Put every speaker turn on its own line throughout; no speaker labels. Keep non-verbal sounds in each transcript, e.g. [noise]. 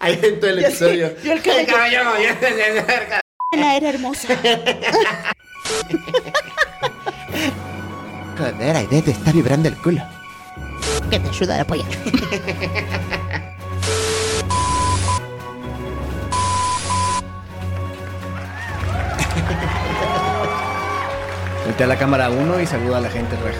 Ahí en todo el
Yo sí,
episodio.
yo el cabello.
ya se le acerca.
Ana era hermosa.
Joder, Aide te está vibrando el culo.
[laughs] que te ayuda a apoyar.
Voltea la cámara uno y saluda a la gente reja.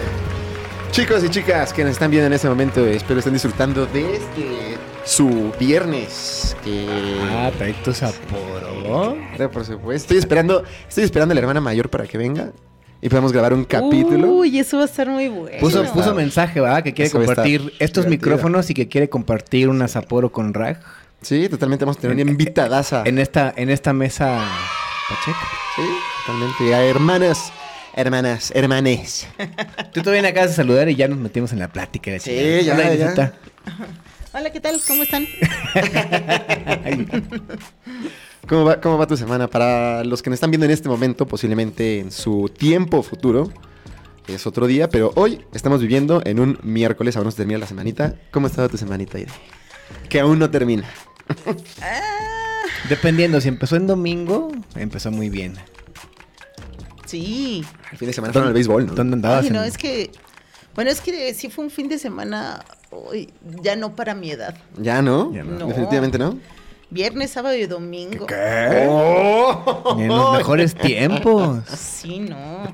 Chicos y chicas que nos están viendo en este momento, espero estén disfrutando de este su viernes. Que...
Ah, trae tu Sapporo.
Claro, por supuesto. Estoy esperando, estoy esperando a la hermana mayor para que venga y podamos grabar un capítulo.
Uy, eso va a estar muy bueno.
Puso,
Eso
puso
está-
mensaje, ¿verdad? Que quiere
eso va a estar
compartir estos
divertido.
micrófonos y que quiere compartir una Sapporo con Raj
Sí, totalmente vamos a tener una invitadaza.
en esta, en esta mesa Pacheco.
Sí, totalmente. A hermanas, hermanas, hermanes.
Tú todavía acabas de saludar y ya nos metimos en la plática. la
Sí,
chingada.
ya,
Hola,
ya.
Inesita.
Hola, ¿qué tal? ¿Cómo están?
¿Cómo va, ¿Cómo va tu semana? Para los que me están viendo en este momento, posiblemente en su tiempo futuro, es otro día, pero hoy estamos viviendo en un miércoles, aún no se termina la semanita. ¿Cómo ha estado tu semanita, Aide? Que aún no termina.
Dependiendo, si empezó en domingo, empezó muy bien.
Sí.
El fin de semana fueron al béisbol, ¿no?
¿Dónde andabas?
Ay, no,
en-
es que. Bueno, es que sí fue un fin de semana. uy, ya no para mi edad.
¿Ya no?
Ya
no.
Definitivamente no.
Viernes, sábado y domingo.
en
¡Oh!
los mejores tiempos.
[laughs] Sí, no.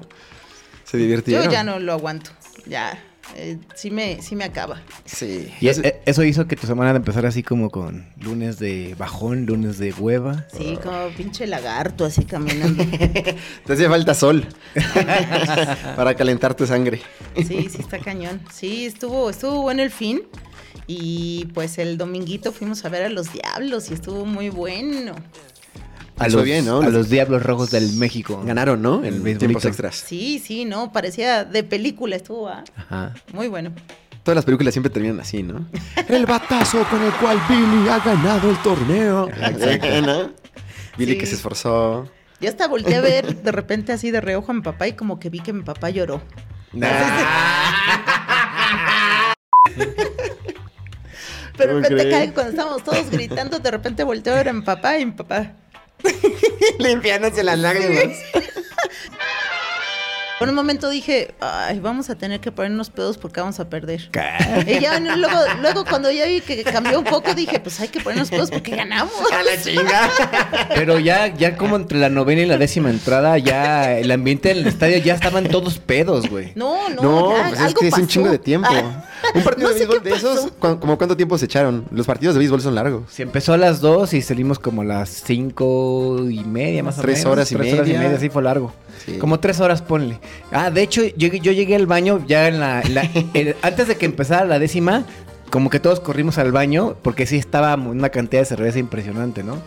Se divirtieron.
Yo ya no lo aguanto. Ya. eh, sí, me, sí me acaba.
Sí. [laughs]
Y es- eh, eso hizo que tu semana empezara así como con lunes de bajón, lunes de hueva.
Sí, como pinche lagarto así caminando.
Te hacía falta
[laughs]
sol para calentar tu sangre.
Sí, sí está cañón. Sí, estuvo, estuvo bueno el fin. Y pues el dominguito fuimos a ver a los diablos y estuvo muy bueno.
A
Eso
los,
bien, ¿no?
a
Los-
los Diablos Rojos del México.
Ganaron, ¿no?
El
En
béisbolito.
tiempos extras.
Sí, sí, no, parecía de película, estuvo ah,
Ajá.
muy bueno.
Todas las películas siempre terminan así, [laughs] ¿no? El batazo con el cual Billy ha ganado el torneo. [laughs] ¿No? Billy
Sí.
que se esforzó.
Yo hasta volteé
[laughs]
a ver de repente así de reojo a mi papá y como que vi que mi papá lloró.
pues
Pero de
¿Cómo
repente
crees?
acá cuando estábamos todos gritando, de repente volteé a ver a mi papá y mi papá.
[laughs] Limpiándose las lágrimas.
Por un momento dije, ay, vamos a tener que ponernos pedos porque vamos a perder. Y ya no, luego, luego cuando ya vi que cambió un poco, dije, pues hay que ponernos pedos porque ganamos.
A la Ah, chinga.
[laughs] Pero ya, ya como entre la novena y la décima entrada, ya el ambiente en el estadio ya estaban todos pedos, güey.
No, no,
No,
ya,
pues es
algo
que es un
pasó.
chingo de tiempo.
Ah,
[laughs] Un partido
No
de
sé
béisbol
qué
de esos,
pasó.
¿cu- ¿cómo cuánto tiempo se echaron? Los partidos de béisbol son largos.
Se empezó a las dos y salimos como a las cinco y media más
Tres
o menos.
horas y
horas
media.
sí fue largo.
Sí.
Como tres horas, ponle. Ah, de hecho, yo, yo llegué al baño ya en la... en la- el- antes de que empezara la décima, como que todos corrimos al baño porque sí estaba una cantidad de cerveza impresionante, ¿no?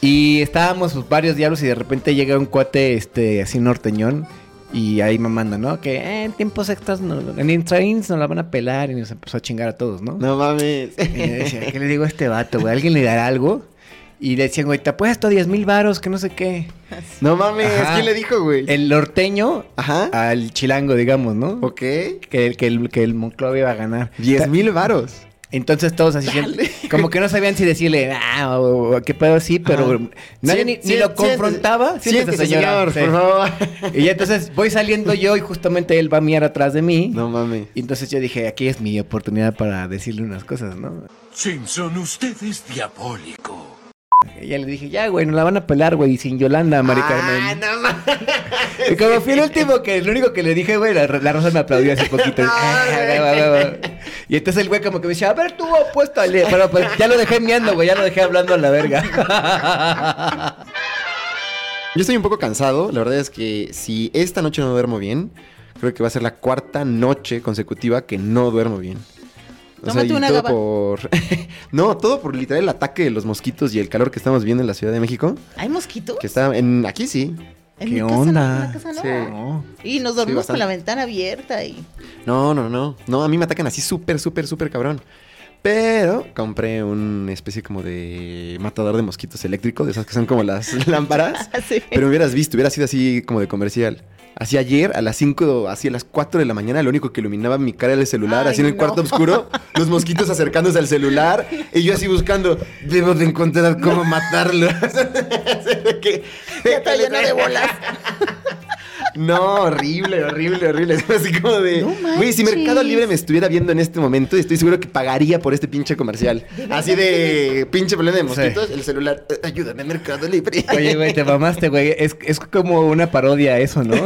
y estábamos pues, varios diablos y de repente llega un cuate este así norteñón. Y ahí mamando, ¿no? Que eh, en tiempos extras, no, en intrains nos la van a pelar y nos empezó a chingar a todos, ¿no?
No mames.
Y yo decía, ¿qué le digo a este vato, güey? ¿Alguien le dará algo? Y le decían, güey, te apuesto 10 mil varos, que no sé qué.
No mames.
Ajá.
¿Quién le dijo, güey?
El norteño
Ajá.
al chilango, digamos, ¿no?
Ok.
Que, que el, que el Monclova iba a ganar.
10 mil varos.
Entonces todos así, [laughs] como que no sabían si decirle, ah, o, o qué pedo, sí, pero
Ajá.
nadie
Cien-
ni, ni
cien-
lo confrontaba.
Siéntese,
Siéntese,
señor,
sí.
por favor. [laughs]
Y ya entonces voy saliendo yo y justamente él va a mirar atrás de mí.
No mames.
Y entonces yo dije, aquí es mi oportunidad para decirle unas cosas, ¿no?
Simpson, usted es diabólico.
Y ya le dije, ya, güey, nos la van a pelar, güey, sin Yolanda, Mari Carmen.
Ah, no mames.
Y como fui el último, que lo único que le dije, güey, la, la Rosa me aplaudió hace poquito. Ah,
güey.
va, va, va. Y entonces el güey como que me decía, a ver, tú apuéstale. Pero pues ya lo dejé miando, güey, ya lo dejé hablando a la
[laughs]
verga.
Yo estoy un poco cansado. La verdad es que si esta noche no duermo bien, creo que va a ser la cuarta noche consecutiva que no duermo bien.
Tómate
y
una
todo
gaba.
por. [laughs] no, todo por literal el ataque de los mosquitos y el calor que estamos viendo en la Ciudad de México.
¿Hay mosquitos?
Que está en. Aquí sí.
¿En
¿Qué
mi casa no,
onda?
en la casa no.
Sí.
Y nos dormimos
bastante.
con la ventana abierta y... [laughs]
No, no, no. No, a mí me atacan así súper, súper, súper cabrón. Pero compré una especie como de matador de mosquitos eléctrico, de esas que son como las [laughs] lámparas.
Sí.
Pero me hubieras visto, hubiera sido así como de comercial. Así ayer, a las 5, así a las 4 de la mañana, lo único que iluminaba mi cara era el celular,
Ay,
así en el
no.
cuarto
[laughs]
oscuro, los mosquitos acercándose al celular, y yo así buscando, debo de encontrar cómo matarlo. [laughs] Que-
Ya está lleno de bolas.
No, horrible, horrible, horrible. [laughs] Así como de.
No
Güey, si Mercado
manches.
Libre me estuviera viendo en este momento, estoy seguro que pagaría por este pinche comercial. Así de pinche problema de mosquitos, el celular. eh, Ayúdame, Mercado Libre.
Oye, güey, te mamaste, güey. Es, es como una parodia eso,
[laughs]
¿no?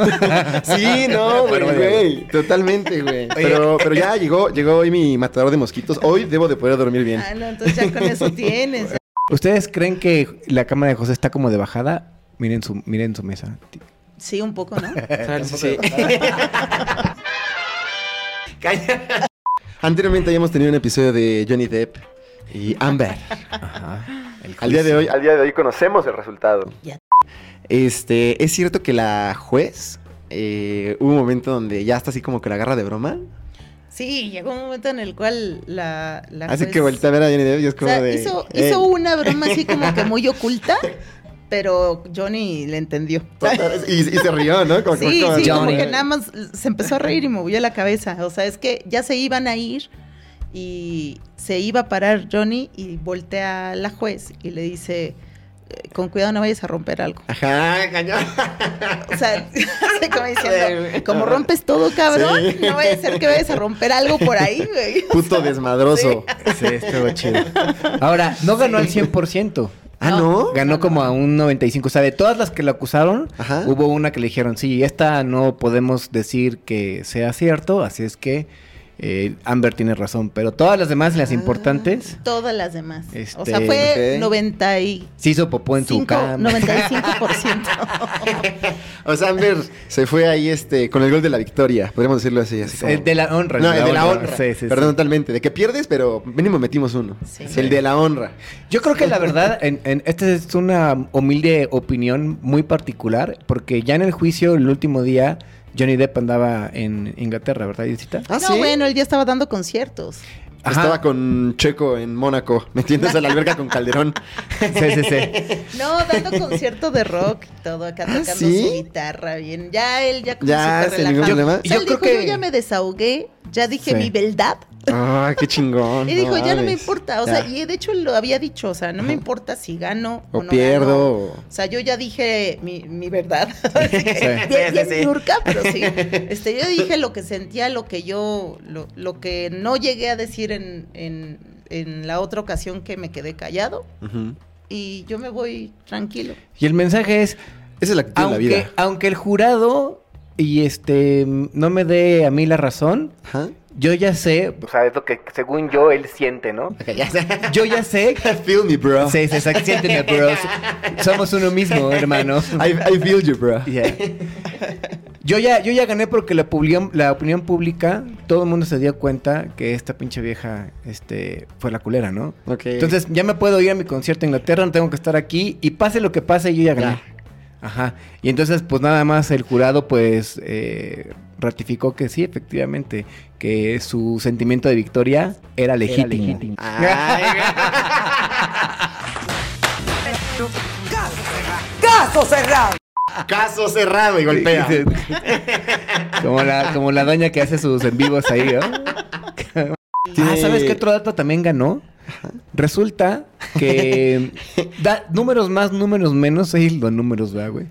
Sí, no, güey,
Parodia,
güey. Totalmente, güey. Pero, pero [laughs] ya llegó, llegó hoy mi matador de mosquitos. Hoy debo de poder dormir [laughs] bien.
Ah, no, entonces ya
[laughs]
con eso tienes.
¿Ustedes creen que la cámara de José está como de bajada? Miren su, miren su mesa.
Sí, un poco, ¿no?
Sí.
[laughs]
Calla. Anteriormente habíamos tenido un episodio de Johnny Depp y Amber.
Ajá. El
Al día de hoy, al día de hoy conocemos el resultado.
Ya.
Este, es cierto que la juez eh, hubo un momento donde ya está así como que la agarra de broma.
Sí, llegó un momento en el cual la. la
Así
juez-
que voltea a ver a Johnny Depp y es
O
como
sea,
de. "Eh".
hizo,
"Ey".
hizo una broma así
[laughs]
como que muy oculta, pero Johnny le entendió.
Total, Y, y se rió, ¿no? Como, que fue
Sí,
como-
sí, como
Johnny.
que nada más se empezó a reír y movió la cabeza. O sea, es que ya se iban a ir y se iba a parar Johnny y voltea a la juez y le dice, eh, con cuidado no vayas a romper algo.
Ajá, cañón.
O sea, [laughs] así como diciendo, como rompes todo, cabrón,
Sí.
no vaya a ser que vayas a romper algo
[laughs]
por ahí, güey.
[laughs] Puto desmadroso.
Sí, estuvo chido. Ahora, no ganó al 100%.
Ah, ¿no?
Ganó como a un 95. O sea, de todas las que lo acusaron,
Ajá.
hubo una que le dijeron, sí, esta no podemos decir que sea cierto, así es que eh, Amber tiene razón. Pero todas las demás,
Ah.
las importantes,
Todas las demás. o sea,
Este,
fue
ok.
90 y
se hizo popó en su
cinco-
cama.
95%.
O sea, Amber se fue ahí este con el gol de la victoria, podríamos decirlo así. así
[laughs]
como-
El Eh, de la honra.
no, el de la honra.
Sí, sí, sí.
Perdón, totalmente. De que pierdes, pero mínimo metimos uno.
Sí.
El de la honra.
Yo creo que la verdad, en, en- esta es una humilde opinión muy particular, porque ya en el juicio, el último día, Johnny Depp andaba en Inglaterra, ¿verdad, Isita?
[laughs] Ah,
no,
sí.
bueno, él ya estaba dando conciertos.
Ajá.
Estaba con Checo en Mónaco, [laughs] metiéndose a la alberca con Calderón.
Sí, sí,
[laughs]
sí.
No, dando concierto de rock y todo, acá
¿Ah,
tocando
sí?
su guitarra bien. Ya él ya como
Ya,
súper
sin ningún
relajado.
problema.
O sea,
Yo
él
creo
dijo,
que-
yo ya me desahogué, ya dije
Sí.
mi beldad.
Ah, qué [laughs] chingón.
Y dijo, ya no me
mames.
importa. O sea,
Ya.
y de hecho él lo había dicho, o sea, no me importa si gano o,
O
no gano.
pierdo. o-
O sea, yo ya dije mi, mi verdad. Así que,
Sí.
bien-
Sí, sí,
bien
sí.
ñurca, pero sí. Este, yo dije lo que sentía, lo que yo, lo, lo que no llegué a decir en, en, en la otra ocasión que me quedé callado.
Ujú.
Y yo me voy tranquilo.
Y el mensaje es,
Esa es la actitud de la
aunque,
vida.
aunque el jurado y este no me dé a mí la razón,
Ajá.
yo ya sé... O sea, es lo que según yo él siente, ¿no? Yo ya [laughs] sé...
[laughs] Feel me, bro.
Sí, sí, sí, siénteme, bros. Somos uno mismo, hermano.
I, I feel you, bro.
[laughs] Ya. Yo ya, yo ya gané porque la, publi- la opinión pública, todo el mundo se dio cuenta que esta pinche vieja este, fue la culera, ¿no?
Ok.
Entonces ya me puedo ir a mi concierto en Inglaterra, no tengo que estar aquí y pase lo que pase, yo ya gané. Ajá. Y entonces pues nada más el jurado pues eh, ratificó que sí, efectivamente, que su sentimiento de victoria era legítimo.
Caso cerrado y golpea.
Como la, como la doña que hace sus en vivos ahí, ¿no? Ah,
Este,
¿sabes qué otro dato también ganó? Resulta
[laughs]
que da- números más, números menos, ahí los números, ¿verdad, güey?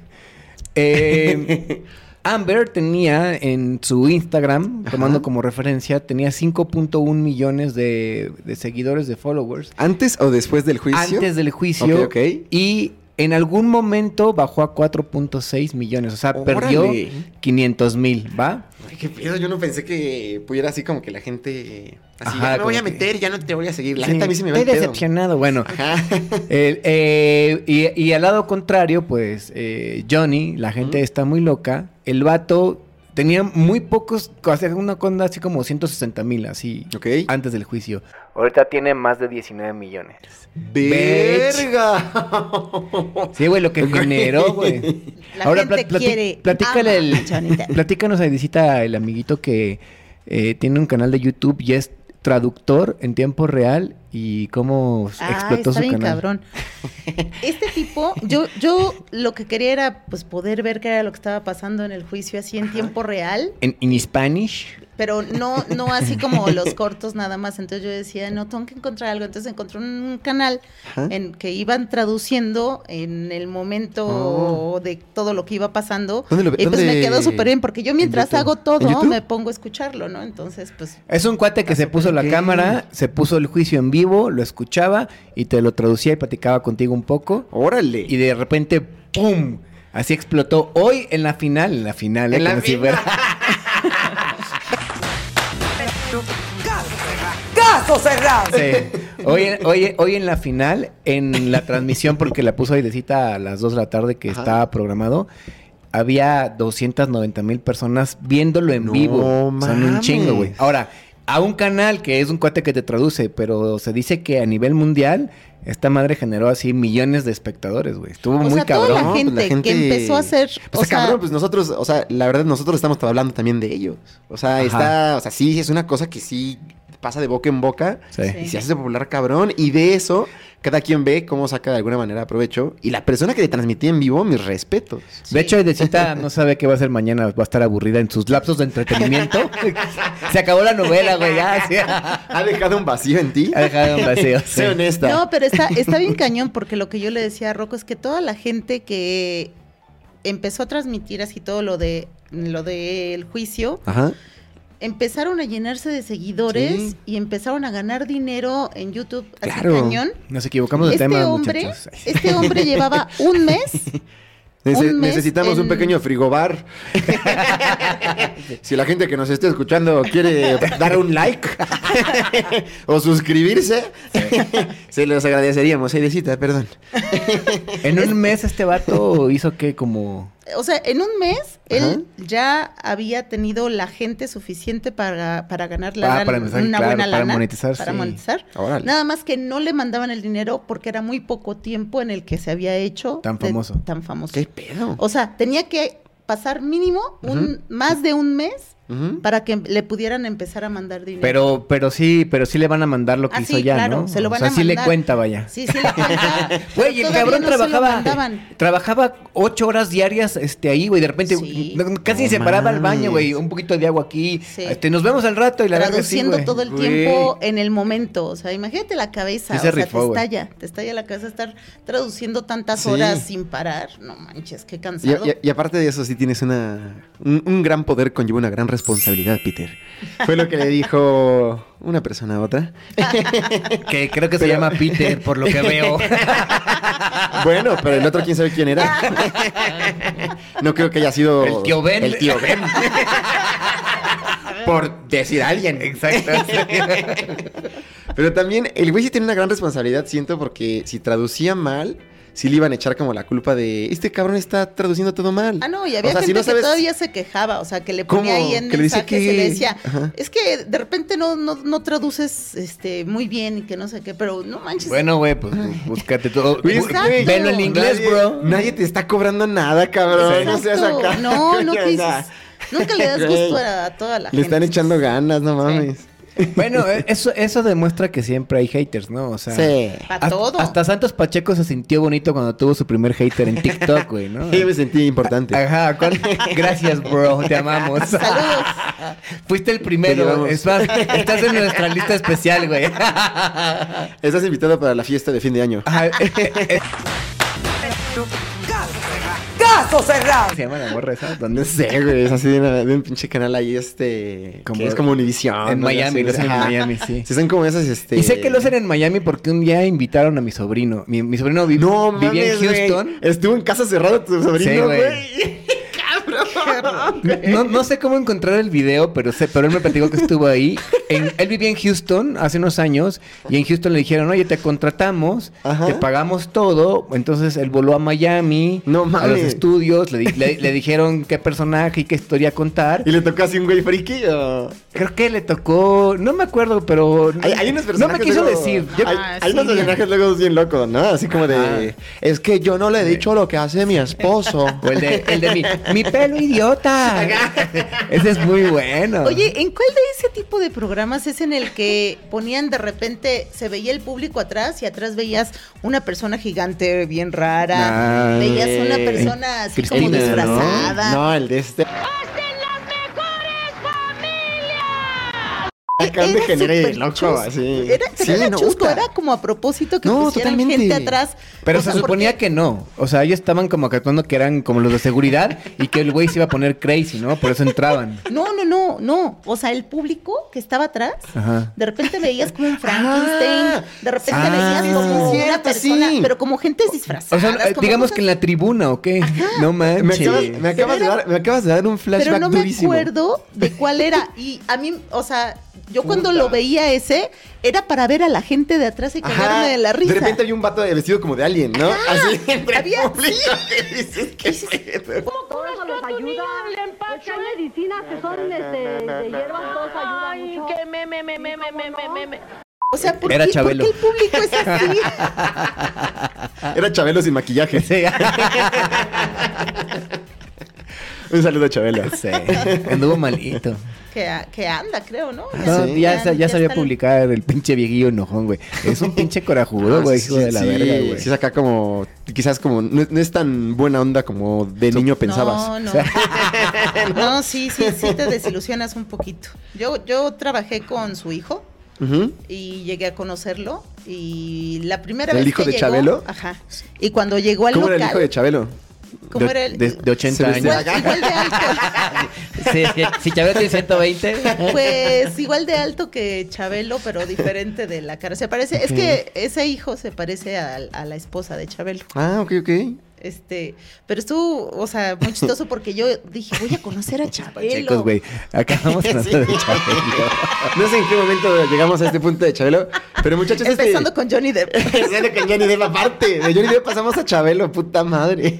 Eh, Amber tenía en su Instagram, tomando
Ajá.
como referencia, tenía 5.1 millones de, de seguidores, de followers,
¿Antes o después del juicio?
antes del juicio.
Ok, ok.
Y en algún momento bajó a 4.6 millones, o
Ah,
sea, perdió
Órale.
500 mil, ¿va?
Ay, qué pedo, yo no pensé que pudiera así como que la gente. Así,
Ajá,
ya me voy
como
a
que-
meter, ya no te voy a seguir. La
Sí,
gente a mí se me va el
Estoy
pedo.
decepcionado. Bueno,
Ajá.
el, eh, y, y al lado contrario, pues eh, Johnny, la gente
Ujú.
está muy loca. El vato tenía muy pocos, o sea, una conda así como 160 mil, así,
Ok.
antes del juicio. Ahorita tiene más de 19 millones.
¡Verga!
Sí, güey, lo que generó, güey.
La
Ahora,
gente
pla- plati-
quiere.
platícale
ama
[laughs] el-
a Johnny Depp.
Platícanos, Aidecita, el amiguito que eh, tiene un canal de YouTube y es traductor en tiempo real y cómo
Ah,
explotó
está
su
bien
canal. [laughs]
cabrón. Este tipo, yo, yo lo que quería era pues poder ver qué era lo que estaba pasando en el juicio así en tiempo real,
En in Spanish.
pero no, no así como los cortos nada más. Entonces yo decía, no, tengo que encontrar algo. Entonces encontré un canal
Ajá.
¿Eh?
en que iban traduciendo en el momento
Oh.
de todo lo que iba pasando.
¿Dónde lo-
y pues me
dónde-
quedó súper bien, porque yo
en
mientras
YouTube?
hago
¿En
todo
YouTube?
me pongo a escucharlo, ¿no? Entonces, pues
Es un cuate que se puso la
Ah, Ok.
cámara, se puso el juicio en vivo, lo escuchaba y te lo traducía y platicaba contigo un poco.
Órale.
Y de repente, ¡pum! Así explotó hoy en la final, en la final, ¿eh?
En la
Como si
final. [laughs]
fuera-
Caso cerrado.
Sí. Hoy, en- hoy, en- hoy en la final, en la transmisión, porque la puso Aidecita a las 2 de la tarde que
Ajá.
estaba programado, había 290 mil personas viéndolo en
No
vivo. Son un
mames.
chingo, güey. Ahora, a un canal que es un cuate que te traduce, pero se dice que a nivel mundial, esta madre generó así millones de espectadores, güey. Estuvo
O
muy
sea, toda
cabrón.
la gente que empezó a hacer,
Pues
o sea-
cabrón, pues nosotros, o sea, la verdad, nosotros estamos hablando también de ellos. O sea,
Ajá.
está, o sea, sí, es una cosa que sí pasa de boca en boca
Sí.
Sí.
y se hace popular cabrón. Y de eso, cada quien ve cómo saca de alguna manera provecho. Y la persona que le transmití en vivo, mis respetos.
De hecho, Aidecita no sabe qué va a hacer mañana, va a estar aburrida en sus lapsos de entretenimiento.
[laughs]
Se acabó la novela, güey, ya. sí.
¿Ha dejado un vacío en
[laughs]
ti?
Ha dejado un vacío.
Sé
sí.
honesta.
No, pero está, está
[laughs]
bien cañón, porque lo que yo le decía a Rocco es que toda la gente que empezó a transmitir así todo lo de lo del juicio,
Ajá.
empezaron a llenarse de seguidores
Sí.
y empezaron a ganar dinero en YouTube así
Claro.
cañón.
Nos equivocamos de
Este
tema,
hombre,
muchachos.
este hombre llevaba un mes
Nece-
Un mes
necesitamos un
en-
pequeño [laughs] frigobar. si la gente que nos esté escuchando quiere dar un like [laughs] o suscribirse, [laughs] se los agradeceríamos. Aidecita, perdón.
En un mes este vato hizo que como...
O sea, en un mes él ya había tenido la gente suficiente para, para ganar la
Ah,
lana,
para empezar,
una
claro,
buena
para
lana.
monetizar,
Para
sí.
monetizar.
Órale.
Nada más que no le mandaban el dinero porque era muy poco tiempo en el que se había hecho.
Tan
de-
famoso.
tan famoso.
¿Qué pedo?
O sea, tenía que pasar mínimo un, más de un mes
Ujú.
para que le pudieran empezar a mandar dinero.
Pero, pero sí, pero sí le van a mandar lo que
Ah,
hizo
sí,
ya,
claro,
¿no?
se lo van
o
a
sea, sí le
mandar.
cuenta, vaya.
Sí, sí, le cuenta.
[laughs] Güey, el
Todavía
cabrón
no se lo
trabajaba, Eh,
mandaban.
trabajaba ocho horas diarias este, ahí, güey. De repente,
Sí.
no- casi
No
se paraba al baño,
mames.
güey. Un poquito de agua aquí.
Sí.
Este, nos vemos al rato y la verga, sí,
traduciendo
güey.
todo el
Güey.
tiempo en el momento. O sea, imagínate la cabeza.
Sí
o sea,
se rifó,
te
güey.
estalla, te estalla la cabeza estar traduciendo tantas
Sí.
horas sin parar. No manches, qué
Y,
cansado.
y- y aparte de eso, sí tienes una, un, un gran poder conlleva una gran responsabilidad, Peter. Fue lo que le dijo una persona a otra.
Que creo que se llama Peter, por
[laughs]
lo que veo.
Bueno, pero el otro quién sabe quién era. [laughs] No creo que haya sido
El tío Ben.
El tío Ben. Por decir a alguien.
Exacto.
Pero también el güey sí tiene una gran responsabilidad, siento, porque si traducía mal, sí le iban a echar como la culpa de este cabrón está traduciendo todo mal.
Ah, no, y había
O sea, si
gente
no sabes-
que todavía se quejaba, o sea, que le ponía
¿Cómo?
ahí en
Que le dice
mensajes y
que-
le decía,
Ajá.
es que de repente no, no, no traduces este muy bien y que no sé qué, pero no manches.
[laughs] Bueno, güey, pues búscate todo.
Güey, es
Bu-
que-
Velo en inglés,
nadie,
bro.
Nadie te está cobrando nada, cabrón.
Exacto.
No seas acá. [laughs]
No, no,
O
¿qué
sea,
dices? Nunca le das
Güey.
gusto a, a toda la gente.
Le están echando ganas, no mames.
Bueno, eh, eso, eso demuestra que siempre hay haters, ¿no? O sea,
Para
hasta,
todo.
hasta Santos Pacheco se sintió bonito cuando tuvo su primer hater en TikTok, güey, ¿no?
[laughs] Sí, me sentí importante.
Ajá, ¿cuál- gracias, bro, te amamos.
Saludos.
[laughs] Fuiste el
Te
primero,
llevamos.
es más, estás en nuestra lista
[laughs]
especial, güey.
Estás invitado para la fiesta de fin de año.
Ajá, eh, eh, eh,
Caso cerrado.
se llama la morra esa,
No
¿dónde es?
sé, güey. Es así de, una- de un pinche canal ahí, este.
Como-
que es como Univision.
En
¿no?
Miami,
Así,
lo hacen en
ajá.
Miami, sí.
Sí, son como esas, este.
Y sé que lo hacen en Miami porque un día invitaron a mi sobrino. Mi, mi sobrino vi-
No, mames,
vivía en
güey.
Houston.
Estuvo en casa cerrada tu
Sí,
sobrino,
güey.
güey. Cabrón.
No, no sé cómo encontrar el video, pero sé, pero él me platicó que estuvo ahí. En- él vivía en Houston hace unos años y en Houston le dijeron, oye, te contratamos,
Ajá.
te pagamos todo. Entonces él voló a Miami,
No
a los
mames.
estudios, le, di-
[laughs]
le- le dijeron qué personaje y qué historia contar.
¿Y le tocó así un güey friki o.?
Creo que le tocó, no me acuerdo, pero
Hay, hay unos
no
personajes.
me quiso
luego-
decir. Yo-
hay
Ah,
hay
sí,
unos
bien.
personajes luego bien locos, ¿no? Así como de. Es que yo no le he dicho lo que hace mi [laughs] esposo.
o el de, el de mi,
[laughs]
mi pelo idiota. Ese es muy bueno.
Oye, ¿en cuál de ese tipo de programas es en el que ponían de repente, se veía el público atrás y atrás veías una persona gigante bien rara,
Ah,
veías una
eh,
persona así como
Cristina, ¿no?
disfrazada.
¿no? el de este. Acá me
E-, Era
generé
súper
loco,
chusco.
así.
Era, pero
ah, Sí,
era
no,
chusco,
puta.
era como a propósito que
No,
pusieran
totalmente.
gente atrás.
Pero
O sea,
se suponía
porque-
que no. O sea, ellos estaban como que actuando que eran como los de seguridad y que el güey se iba a poner crazy, ¿no? Por eso entraban.
No, no, no, no. O sea, el público que estaba atrás,
Ajá.
de repente veías como un Frankenstein, de repente
Ah,
veías como
Ah, sí, es
una
cierto,
persona,
sí.
pero como gente
O
disfrazadas.
sea, eh,
como
digamos
cosas-
que en la tribuna, ¿o qué? No
Me
manches.
acabas, me acabas de dar, me acabas de dar un flashback
Pero no me
durísimo.
acuerdo de cuál era. Y a mí, o sea, yo cuando lo veía ese, era para ver a la gente de atrás y cagarme de la risa.
De repente había un vato de vestido como de alien, ¿no? Así entre el
había-
público. que dices, ¿qué pedo?
Todo eso les ayuda. Pues hay medicinas que son este, de hierbas, todos ayudan Ay, que me, me, me, me, me, me, me, me.
O sea, ¿por,
Era
qué, por qué
Chabelo.
el público es así?
[laughs] Era Chabelo sin maquillaje.
Sí.
[laughs] Un saludo a Chabelo.
Sí. Anduvo malito.
que, a- que anda, creo, ¿no?
No,
sí.
ya, sa- ya sabía
está-
publicar el pinche viejillo enojón, güey. Es un pinche corajudo, güey, hijo de la verga, güey.
Ah, Sí, es acá como, quizás como, no, no es tan buena onda como de niño pensabas.
No, no. [laughs] no, sí, sí, sí te desilusionas un poquito. Yo, yo trabajé con su hijo
Ujú.
y llegué a conocerlo y la primera
¿El
vez
hijo
que
de
llegó-
Chabelo?
Ajá. Y cuando llegó al
¿Cómo
local,
era el hijo de Chabelo?
¿cómo
de,
era el-
de- de 80
Se vestía-
años.
Igual, igual de alto.
Sí, sí, si Chabelo tiene 120.
[laughs] Pues igual de alto que Chabelo, pero diferente de la cara. Se parece, es que ese hijo se parece a, a la esposa de Chabelo.
Ah, ok, ok.
Este, pero estuvo, o sea, muy chistoso porque yo dije, voy a conocer a
Pachecos,
Chabelo.
güey. Acabamos hablando de Chabelo.
No sé en qué momento llegamos a este punto de Chabelo, pero muchachos... este-
Empezando con Johnny Depp.
[laughs] Empezando con Johnny Depp aparte. De Johnny Depp pasamos a Chabelo, puta madre.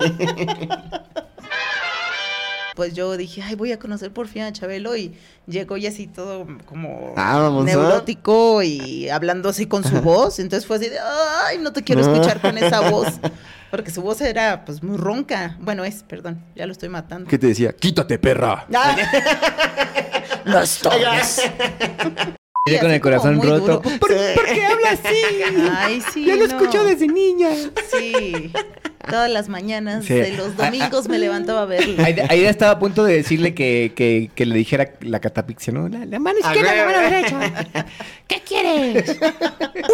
Pues yo dije, ay, voy a conocer por fin a Chabelo y llegó y así todo como
Ah, vamos, ¿no?
neurótico y hablando así con su voz. Entonces fue así de, ay, no te quiero
No.
escuchar con esa voz. Porque su voz era pues muy ronca. Bueno, es, perdón, ya lo estoy matando.
¿Qué te decía? Quítate, perra.
Ah.
[laughs] Los toques.
Ya con el corazón roto.
¿Por, qué habla así? Ay, sí.
Yo lo
no.
escucho desde niña.
Sí. Todas las mañanas
Sí.
de los domingos me levantaba a verlo.
Aida, Aida estaba a punto de decirle que, que, que le dijera la catapixia, ¿no? La, la mano izquierda, la mano derecha.
[laughs]
¿Qué quieres?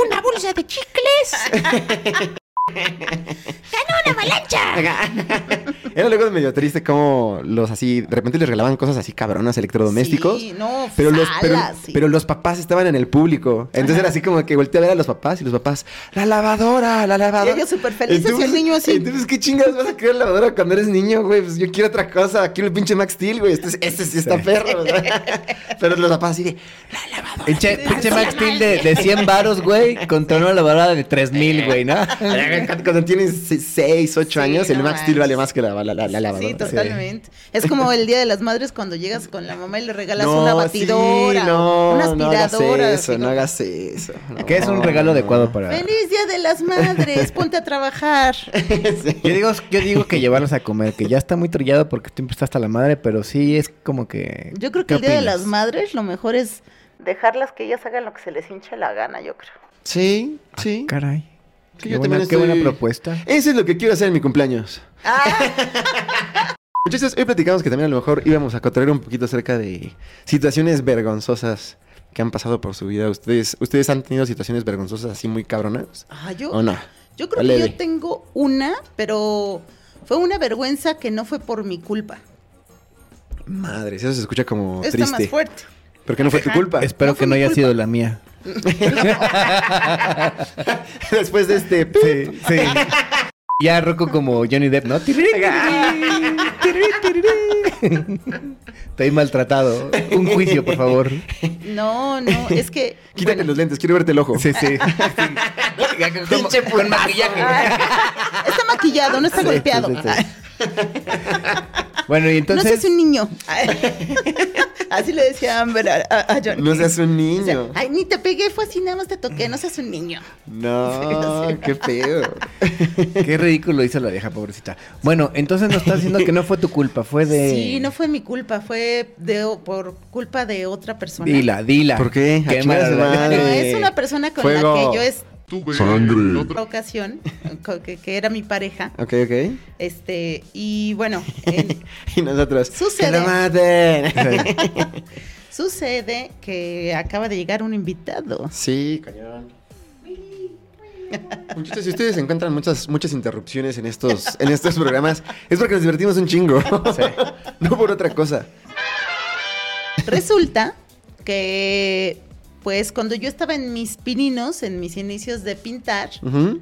¿Una bolsa de chicles? ¡Gana una avalancha!
[laughs] Era luego medio triste como los así, de repente les regalaban cosas así cabronas, electrodomésticos.
Sí, no,
Pero los, pero,
salas, sí.
pero los papás estaban en el público. Entonces era así como que volteé a ver a los papás y los papás, la lavadora, la lavadora.
ellos súper felices y el niño así.
Entonces, ¿qué chingas vas a querer lavadora cuando eres niño, güey? Pues yo quiero otra cosa, quiero el pinche Max Steel, güey. Este, es- este sí está perro. ¿verdad? [laughs] pero los papás así de,
Pinche, pinche Max Steel de, de 100 varos, güey, contra una lavadora de 3000,
[laughs]
güey, ¿no?
Cuando tienes 6, 8
Sí,
años, el
no
Max Steel
manches.
vale más que la, la, la, la lavadora.
Sí, totalmente. Es como el Día de las Madres cuando llegas con la mamá y le regalas
No,
una
sí,
batidora,
no,
una
no hagas
aspiradora. así
eso, no
como,
hagas eso. no,
Que es un regalo
no,
adecuado
no.
para.
Feliz Día de las Madres, ponte
[laughs]
a trabajar.
Yo digo, yo digo que llevarlos a comer, que ya está muy trillado porque siempre está hasta la madre, pero sí es como que.
Yo creo
¿qué
que el Día de
opinas?
las Madres lo mejor es dejarlas que ellas hagan lo que se les hinche la gana, yo creo.
Sí, sí.
Ah, Caray.
Que
Qué,
yo
buena,
también
qué buena
estoy-
propuesta.
Eso es lo que quiero hacer en mi cumpleaños.
Ah.
[laughs] Muchachos, hoy platicamos que también a lo mejor íbamos a cotorrear un poquito acerca de situaciones vergonzosas que han pasado por su vida. ¿Ustedes, ustedes han tenido situaciones vergonzosas así muy cabronas?
Ah, yo,
¿O no?
yo creo
Leve.
que yo tengo una, pero fue una vergüenza que no fue por mi culpa.
Madres, eso se escucha como
Está
Oh, triste.
más fuerte.
¿Por qué no fue tu culpa?
Espero
No fue
que no
mi
haya
culpa.
sido la mía.
[laughs] Después de este...
Sí, sí. [laughs] Ya roco como Johnny Depp, ¿no? Tiriri, tiriri, tiriri. Estoy maltratado. Un juicio, por favor.
No, no, es que.
Quítate
bueno,
los lentes, quiero verte el ojo.
Sí, sí.
Pinche
con maquillaje.
Está maquillado, no está golpeado.
sí, sí. Bueno, y
No seas
entonces.
un niño. [laughs] Así le decía Amber a, a- a Johnny.
No seas un
O sea,
niño.
Ay, ni te pegué, fue así, nada más te toqué, no seas un niño.
[laughs]
[laughs]
No, qué pedo.
Qué ridículo hizo la vieja, pobrecita. Bueno, entonces nos estás diciendo que no fue tu culpa, fue de.
Sí, no fue mi culpa, fue de, o- por culpa de otra persona.
Dila, dila.
¿Por qué? A
Qué
chingar a su
mala-
Bueno,
madre.
es una persona con
Fuego.
la que yo es
Sangre.
otra ocasión, con- que, que era mi pareja,
Ok, ok.
este, y bueno, eh,
[laughs]
en-
Y nosotros.
Sucede.
¡Que lo maten!
sucede que acaba de llegar un invitado.
sí, cañón. Muchachos, si ustedes encuentran muchas, muchas interrupciones en estos, en estos programas, es porque nos divertimos un chingo. [laughs] no por otra cosa.
Resulta que, pues, cuando yo estaba en mis pininos, en mis inicios de pintar,
Ujú.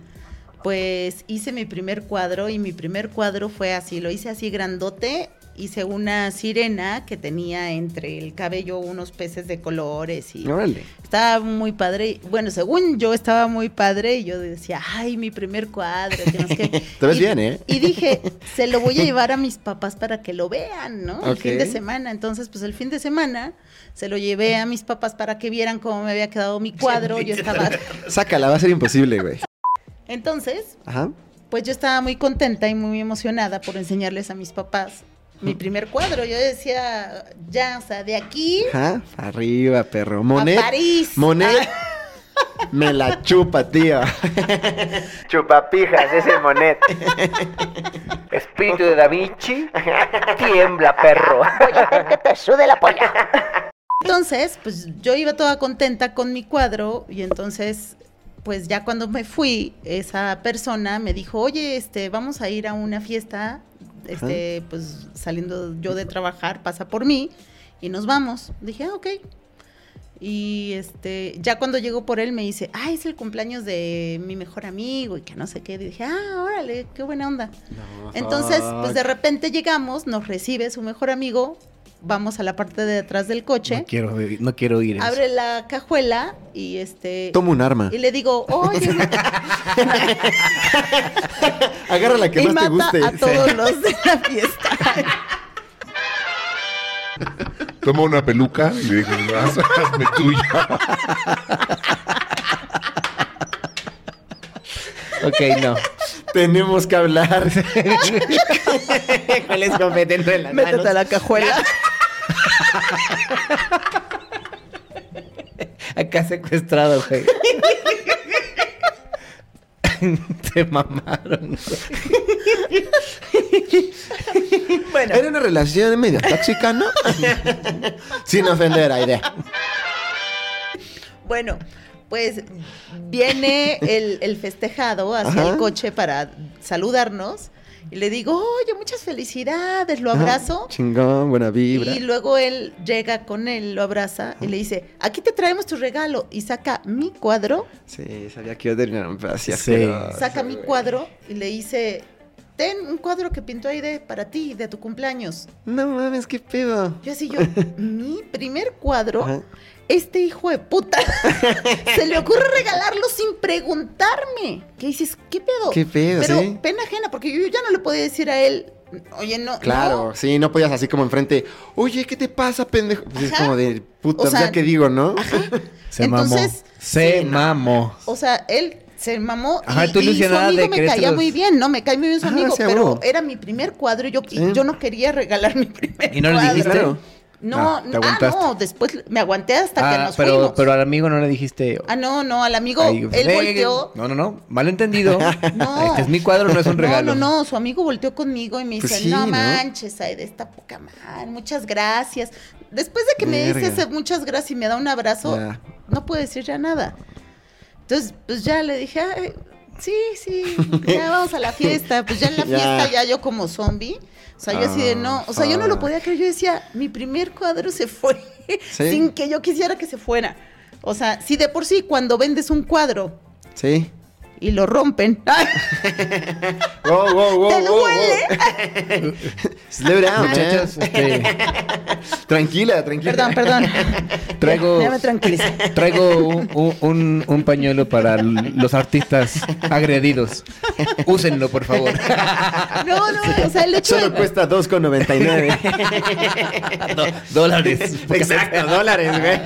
pues hice mi primer cuadro y mi primer cuadro fue así, lo hice así grandote, hice una sirena que tenía entre el cabello unos peces de colores y
Órale.
estaba muy padre, bueno, según yo estaba muy padre y yo decía, ay, mi primer cuadro, que no sé qué".
[laughs] Te ves
Y-
bien, ¿eh?
Y
[laughs]
dije, se lo voy a llevar a mis papás para que lo vean, ¿no? El
Ok.
fin de semana. Entonces, pues el fin de semana se lo llevé a mis papás para que vieran cómo me había
[laughs]
quedado mi cuadro. Yo estaba.
Sácala, va a ser imposible, güey.
Entonces,
Ajá.
pues yo estaba muy contenta y muy emocionada por enseñarles a mis papás mi primer cuadro. Yo decía, ya, o sea, de aquí
Ajá. Arriba, perro. Monet.
a París.
Monet. Me la chupa, tío.
Chupapijas, ese monet. Espíritu de Da Vinci, tiembla, perro.
Ah,
Entonces, pues yo iba toda contenta con mi cuadro y entonces, pues ya cuando me fui, esa persona me dijo, oye, este, vamos a ir a una fiesta, este, pues saliendo yo de trabajar, pasa por mí y nos vamos. Dije, ah, ok. Y este, ya cuando llegó por él me dice, ah, es el cumpleaños de mi mejor amigo y que no sé qué. Dije, ah, órale, qué buena onda. Entonces, pues de repente llegamos, nos recibe su mejor amigo, vamos a la parte de atrás del coche
No quiero, no quiero ir. eso.
abre la cajuela y este
Toma un arma.
y
[laughs]
le digo oye [laughs]
Agarra la que
y
más te
mata
guste.
a todos
[laughs]
los de la fiesta
Toma una peluca y le digo, "Haz- hazme tuya.
Ok, no.
Tenemos que hablar.
[laughs] ¿Cuál es competente de las
métete a
manos?
la cajuela
[laughs] Acá secuestrado, güey. [laughs] Te mamaron.
bueno
Era una relación medio tóxica, ¿no? Sin ofender a idea.
bueno pues viene el, el festejado hacia
Ajá.
el coche para saludarnos y le digo oye muchas felicidades lo abrazo
Ah, chingón, buena vibra.
Y luego él llega con él, lo abraza y le dice, aquí te traemos tu regalo. Y saca mi cuadro
Sí, sabía que iba a terminar un pedazo.
Sí.
saca mi cuadro y le dice, ten un cuadro que pintó Aide para ti, de tu cumpleaños.
No mames, qué pedo.
Yo así, yo, mi primer cuadro,
Ajá.
este hijo de puta, se le ocurre regalarlo sin preguntarme. ¿Qué dices? ¿Qué pedo?
¿Qué pedo,
Pero
sí?
pena ajena, porque yo ya no le podía decir a él, oye, no.
Claro,
no".
sí, no podías así como enfrente. Oye, ¿qué te pasa, pendejo? Pues es
Ajá.
como de puta,
O sea,
ya que digo, ¿no? [laughs]
Se
Entonces,
mamó. Se
sí, no.
mamó.
O sea, él se mamó
Ajá,
y,
tú
y su
ilusionada
amigo
de
me
querer
caía
los-
muy bien, ¿no? Me cae muy bien su
Ajá,
amigo,
sí, a
pero
huevo.
era mi primer cuadro y yo, y
Sí.
yo no quería regalar mi primer
¿Y no le
cuadro.
dijiste?
Claro.
No,
Ah, te
ah,
aguantaste.
no, después me aguanté hasta que
Ah,
nos
pero,
fuimos.
pero al amigo no le dijiste.
Ah, no, no, al amigo,
Ahí,
él
eh,
volteó.
No, no, no. Malentendido.
No.
Este es mi cuadro, no es un regalo.
No, no, no, su amigo volteó conmigo y me
Pues
dice,
sí,
no
¿no?
manches, ay, de esta poca madre, muchas gracias. Después de que me
Verga.
dice ese muchas gracias y me da un abrazo,
Ya.
no puedo decir ya nada. Entonces, pues ya le dije, "Ay, sí, sí,
[laughs]
ya vamos a la fiesta. Pues ya en
Ya.
la fiesta ya yo como zombie. O sea, yo así de no, o sea, yo no lo
Ajá.
podía creer. Yo decía, mi primer cuadro se fue [laughs]
Sí.
sin que yo quisiera que se fuera. O sea, si de por sí cuando vendes un cuadro
Sí.
y lo rompen. [laughs] ¡Ay!
Wow, wow, wow,
¿Te
wow, wow.
duele?
Slow down,
Muchachos,
Ah,
man.
este,
Tranquila, tranquila.
Perdón, [laughs] perdón.
Traigo-
[laughs] Ya, ya me tranquilicé.
traigo un, un- un- un pañuelo para l- los artistas agredidos. Úsenlo, por
[laughs]
favor.
No, no, o sea, el hecho
Solo
de...
cuesta
[laughs]
2,99.
[laughs] Dólares.
Exacto, dólares, güey.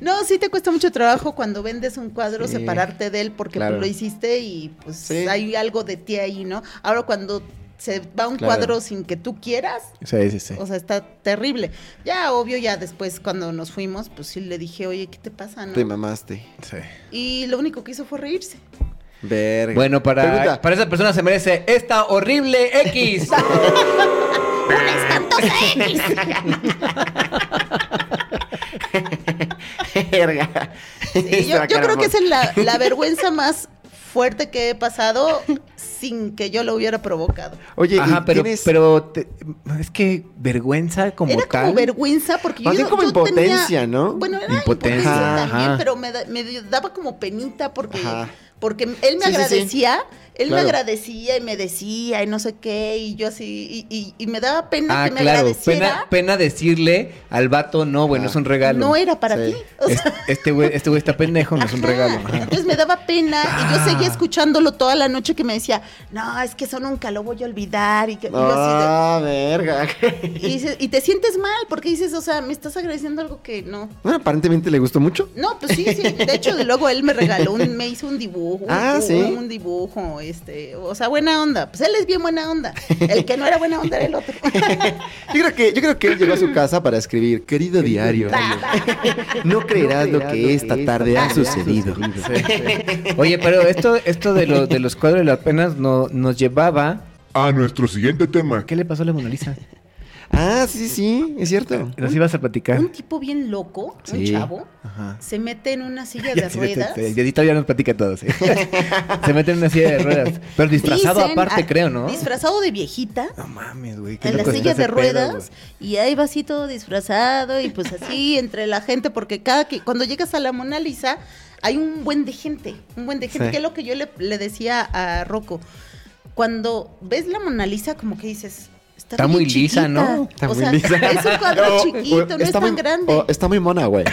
No, sí te cuesta mucho trabajo cuando vendes un cuadro
Sí.
separarte de él porque
Claro.
pues, lo hiciste y pues
Sí.
hay algo de ti ahí, ¿no? Ahora cuando se va un
Claro.
cuadro sin que tú quieras,
Sí, sí, sí.
o sea, está terrible. Ya, obvio, ya después cuando nos fuimos, pues sí le dije, oye, ¿qué te pasa, no?
Te mamaste.
Sí.
Y lo único que hizo fue reírse.
Verga.
Bueno, para,
Pregunta,
para esa persona se merece esta horrible X.
[laughs] Ah. [laughs] Verga.
Sí, yo, yo creo que esa es la,
[laughs]
la vergüenza más fuerte que he pasado sin que yo lo hubiera provocado.
Oye,
Ajá,
¿y
pero,
tienes-
pero te- es que vergüenza como
era
tal.
como vergüenza porque
Más
yo,
bien como
yo tenía-
impotencia, ¿no?
Bueno, era
Impotencia,
impotencia, también,
ajá.
pero me, da- me daba como penita porque,
Ajá.
porque él me
Sí, sí, sí.
agradecía, él
Claro.
me agradecía y me decía y no sé qué, y yo así, y, y- y me daba pena
ah,
que me
claro. Pena,
agradeciera.
pena decirle al vato, no, bueno,
Ah.
es un regalo.
no era para
Sí.
ti. O sea,
Es- este güey este güey está pendejo, no es un
Ajá.
regalo. Ajá.
Entonces me daba pena y yo seguía
Ah.
escuchándolo toda la noche que me decía, no, es que eso nunca lo voy a olvidar. Y, que, y yo así
Ah, verga.
de- y dices- y te sientes mal porque dices, o sea, me estás agradeciendo algo que no.
Bueno, aparentemente le gustó mucho.
No, pues sí, sí. De
[laughs]
hecho, de luego él me regaló, un, me hizo un dibujo.
Ah,
un,
¿sí?
Un dibujo, este. O sea, buena onda. Pues él es bien buena onda. El que no era buena onda era el
[laughs]
otro.
Yo creo que, yo creo que él llegó a su casa para escribir, querido diario, no creerás lo que esta tarde ha sucedido.
Oye, pero esto, esto de, lo- de los cuadros de las penas no, nos llevaba.
A nuestro siguiente tema.
¿Qué le pasó a la Mona Lisa?
Ah, sí, sí, es cierto.
Nos ibas a platicar.
un tipo bien loco, un
Sí.
chavo,
Ajá.
se mete en una silla
[laughs] Ya
de
sí,
ruedas.
sí, sí, Y todavía nos platica todo. sí. [laughs] Se mete en una silla de ruedas. Pero disfrazado
Dicen,
aparte,
ah,
creo, ¿no?
Disfrazado de viejita.
No mames, güey. qué
En la
loco
silla
está
de
ese pedo,
ruedas y ahí va así todo disfrazado y pues así [laughs] entre la gente porque cada que cuando llegas a la Mona Lisa hay un buen de gente, un buen de gente,
Sí.
que es lo que yo le, le decía a Rocco. Cuando ves la Mona Lisa como que dices, está,
Está
bien
muy lisa,
chiquita".
¿no?
Está
o
muy
sea,
lisa.
[laughs] es un cuadro
[laughs] No,
chiquito, no es tan
muy,
grande.
oh, está muy mona, güey.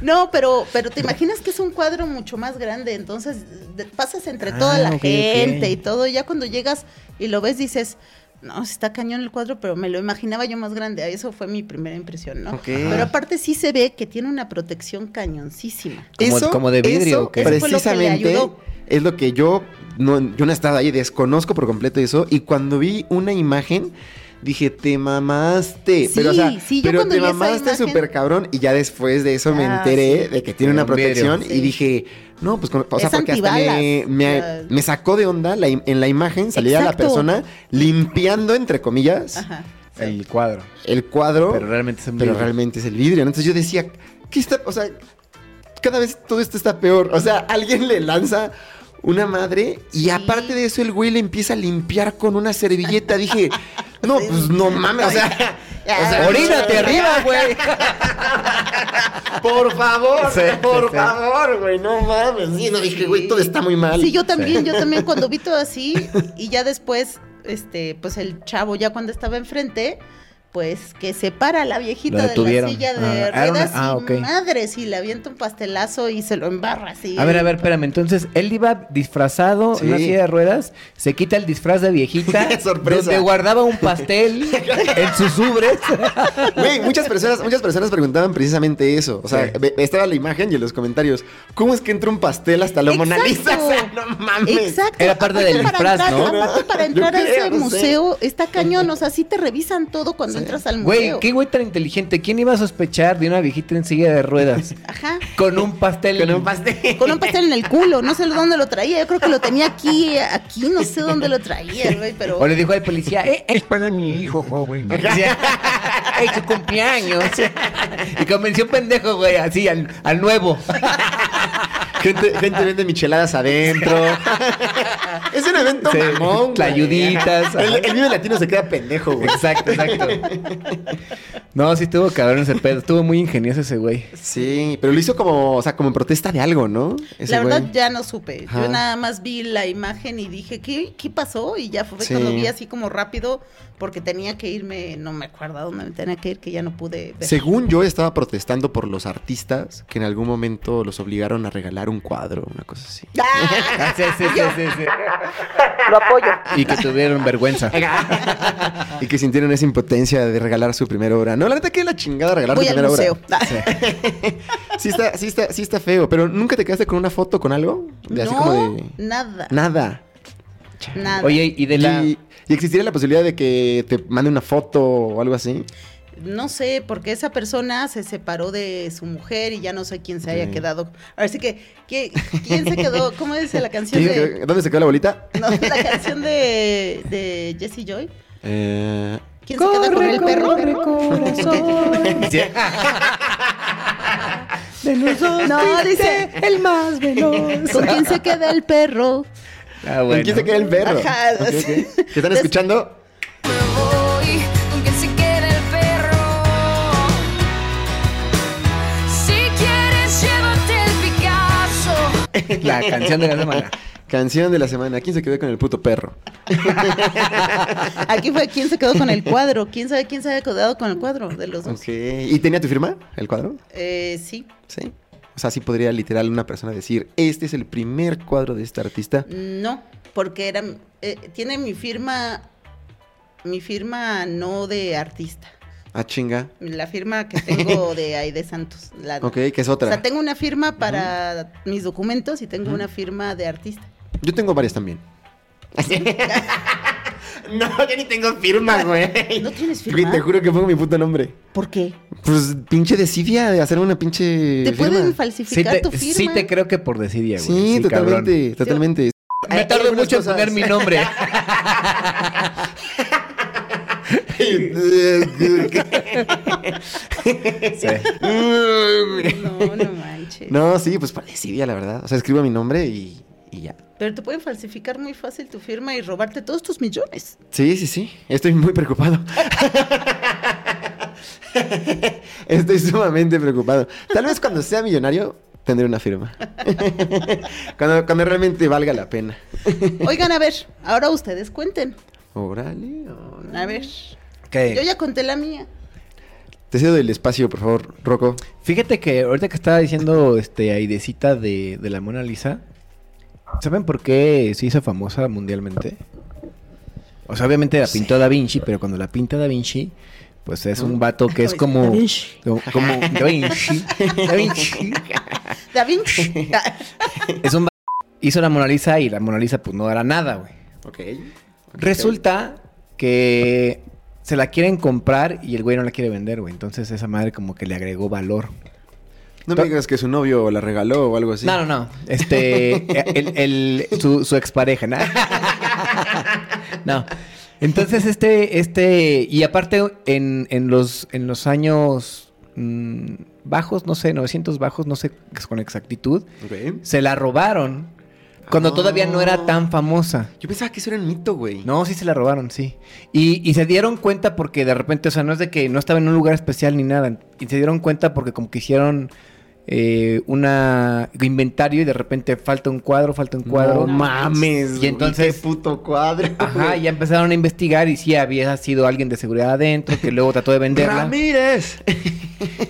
No, pero, pero te imaginas que es un cuadro mucho más grande, entonces de- pasas entre toda
Ah,
la
ok, ok.
gente y todo, ya cuando llegas y lo ves dices, no, sí está cañón el cuadro, pero me lo imaginaba yo más grande, eso fue mi primera impresión, ¿no?
Ok.
Pero aparte sí se ve que tiene una protección cañoncísima.
Como- como de vidrio, ¿o
eso
qué?
Eso fue lo que le
precisamente
ayudó.
es lo que yo no, yo no he estado ahí, desconozco por completo eso. Y cuando vi una imagen, dije, te mamaste.
Sí,
pero o sea,
sí, yo
pero
cuando
te
vi esa
mamaste
imagen-
súper cabrón. Y ya después de eso me
Ah,
enteré de que tiene
Era
una
un vidrio.
protección.
Sí.
Y dije, no, pues, con- o sea,
Es
porque hasta me,
antibalas.
me-
Ah.
me sacó de onda la im- en la imagen, salía la
Exacto.
persona limpiando, entre comillas,
Ajá. sí.
El cuadro.
el
Oh.
cuadro.
Pero realmente es un
Pero
vidrio.
realmente es el vidrio. ¿no? Entonces yo decía, ¿qué está? O sea, cada vez todo esto está peor. O sea, alguien le lanza una madre y
Sí.
aparte de eso el güey le empieza a limpiar con una servilleta.
[laughs]
Dije, no,
Sí.
pues no mames, o
[laughs]
sea,
Ya,
o
Ah,
sea,
ya,
orínate
ya,
arriba, güey. Por favor,
Sí, sí,
por
sí.
favor, güey, no mames. Sí, no dije, güey, todo está muy mal.
Sí, yo también, yo también cuando vi todo así y ya después, este, pues el chavo ya cuando estaba enfrente, pues que se para la
Lo
viejita de la
detuvieron.
silla de
Ah, era una-
ruedas
ah,
y
ok.
madre, si le avienta un pastelazo y se lo embarra así.
A ver, a ver, espérame. Entonces, él iba disfrazado en una
Sí.
silla de ruedas, se quita el disfraz de
[laughs]
viejita,
Sorpresa.
donde guardaba un pastel en sus
[laughs]
ubres.
Güey, muchas personas, muchas personas preguntaban precisamente eso. O sea,
Sí.
ve- estaba la imagen y en los comentarios. ¿Cómo es que entra un pastel hasta la Mona Lisa? [laughs]
Exacto.
O sea, no mames.
Exacto.
Era parte
Aparte
del
para
disfraz,
entrar-
¿no?
aparte para
Yo
entrar a
creo,
ese
no sé.
museo está cañón, o sea, sí te revisan todo cuando entras al museo.
Güey, qué güey tan inteligente. ¿Quién iba a sospechar de una viejita en silla de ruedas?
Ajá.
Con un pastel.
Con un pastel.
Con un pastel en el culo, no sé dónde lo traía, yo creo que lo tenía aquí, aquí, no sé dónde lo traía, güey, pero...
O le dijo al policía, eh, eh,
[laughs]
Es para mi hijo joven.
¡Ay, su cumpleaños! Y convenció un pendejo, güey, así, al, al nuevo.
Gente, gente vende micheladas adentro. [laughs] es un evento
Sí,
mamón, güey.
tlayuditas, ajá.
El, el Vive Latino se queda pendejo, güey.
Exacto, exacto. No, sí estuvo cabrón ese pedo. Estuvo muy ingenioso ese güey.
Sí, pero lo hizo como, o sea, como en protesta de algo, ¿no? Ese
la verdad
güey.
ya no supe.
Ajá.
Yo nada más vi la imagen y dije, ¿qué, qué pasó? Y ya fue
Sí.
cuando vi así como rápido, porque tenía que irme, no me acuerdo a dónde me tenía que ir, que ya no pude ver.
Según yo, estaba protestando por los artistas que en algún momento los obligaron a regalar un cuadro, una cosa así. [laughs]
[laughs] ¡Ah!
Sí, sí, sí, sí, sí.
[laughs] Lo apoyo.
Y que tuvieron vergüenza.
Ah.
Y que sintieron esa impotencia de regalar su primera obra. No, la neta que la chingada regalar
Voy
tu
al
primera
museo.
obra. Sí está, sí está, sí está feo, pero ¿nunca te quedaste con una foto con algo? De así
no,
como de.
nada,
Nada.
nada.
Oye, y de la.
¿Y, y existiría la posibilidad de que te mande una foto o algo así?
No sé, porque esa persona se separó de su mujer y ya no sé quién se haya
Ok.
quedado. Así que, ¿qué- ¿quién se
[laughs]
quedó? ¿Cómo dice la canción
¿Qué-
de...?
qué- ¿Dónde se quedó la bolita?
No, la canción de, de Jesse Joy.
Eh,
¿Quién se queda con el perro? [laughs] no, dice el más veloz. [laughs] ¿Con quién se queda el perro?
Ah,
¿Con
bueno.
quién se queda el perro?
Ajá.
Ok, ok. ¿Qué están escuchando?
voy con quien se queda el perro. Si quieres, llévate el Picasso.
La canción de la semana.
Canción de la semana. ¿Quién se quedó con el puto perro?
Aquí fue quién se quedó con el cuadro. ¿Quién sabe quién se había quedado con el cuadro de los dos?
Ok. ¿Y tenía tu firma? ¿El cuadro?
Eh, sí.
Sí. O sea, sí podría literal una persona decir, este es el primer cuadro de este artista.
No, porque era eh, tiene mi firma, mi firma no de artista.
Ah, chinga.
La firma que
[laughs]
tengo de Aide Santos. La,
Ok, que es
O sea,
otra.
tengo una firma para mis documentos y tengo una firma de artista.
Yo tengo varias
[laughs]
también. [laughs] no, yo ni tengo firma, güey.
¿No tienes
Eh, Güey,
firma?
Te juro que pongo mi puto nombre.
¿Por qué?
Pues pinche desidia de hacer una pinche.
Te
firma.
pueden
Sí
falsificar
te,
tu
sí
firma.
te creo que por decidia, güey.
Sí,
cabrón.
totalmente, totalmente.
Me
Hay- hay
tardo
algunas
mucho en
cosas-
poner mi
[laughs]
nombre.
No, no
[laughs]
manches.
no, sí, pues para desidia, la verdad. O sea, escribo mi nombre y, y ya.
Pero te pueden falsificar muy fácil tu firma y robarte todos tus millones.
Sí, sí, sí. Estoy muy preocupado. [laughs] Estoy sumamente preocupado. Tal vez cuando sea millonario tendré una firma. [laughs] cuando, cuando realmente valga la pena.
Oigan, a ver, ahora ustedes cuenten.
Órale, órale.
A ver.
¿Qué?
Yo ya conté la mía.
Te cedo el espacio, por favor, Rocco.
Fíjate que ahorita que estaba diciendo este Aidecita de, de la Mona Lisa, ¿saben por qué se hizo famosa mundialmente? O sea, obviamente la pintó Da Vinci, pero cuando la pinta Da Vinci, pues es un vato que es como.
Mm. Da Vinci.
como- como Da Vinci. Da Vinci.
Da [laughs] Vinci.
Es un va- hizo la Mona Lisa y la Mona Lisa pues no era nada, güey.
Ok.
Resulta que se la quieren comprar y el güey no la quiere vender, güey. Entonces esa madre como que le agregó valor.
No me digas que su novio la regaló o algo así.
No, no, no. [laughs] Este, el, el- su, su expareja, ¿no? No. Entonces, este, este, y aparte, en, en los, en los años mm, bajos, no sé, 900 bajos, no sé con exactitud,
Ok.
se la robaron cuando
Ah.
todavía no era tan famosa.
Yo pensaba que eso era un mito, güey.
No, sí se la robaron, sí. Y, y se dieron cuenta porque de repente, o sea, no es de que no estaba en un lugar especial ni nada. Y se dieron cuenta porque como que hicieron eh, una inventario y de repente falta un cuadro, falta un cuadro.
No mames.
Y entonces-
qué puto cuadro.
Ajá, y ya empezaron a investigar y sí había sido alguien de seguridad adentro que luego trató
[laughs]
de venderla.
Ramírez.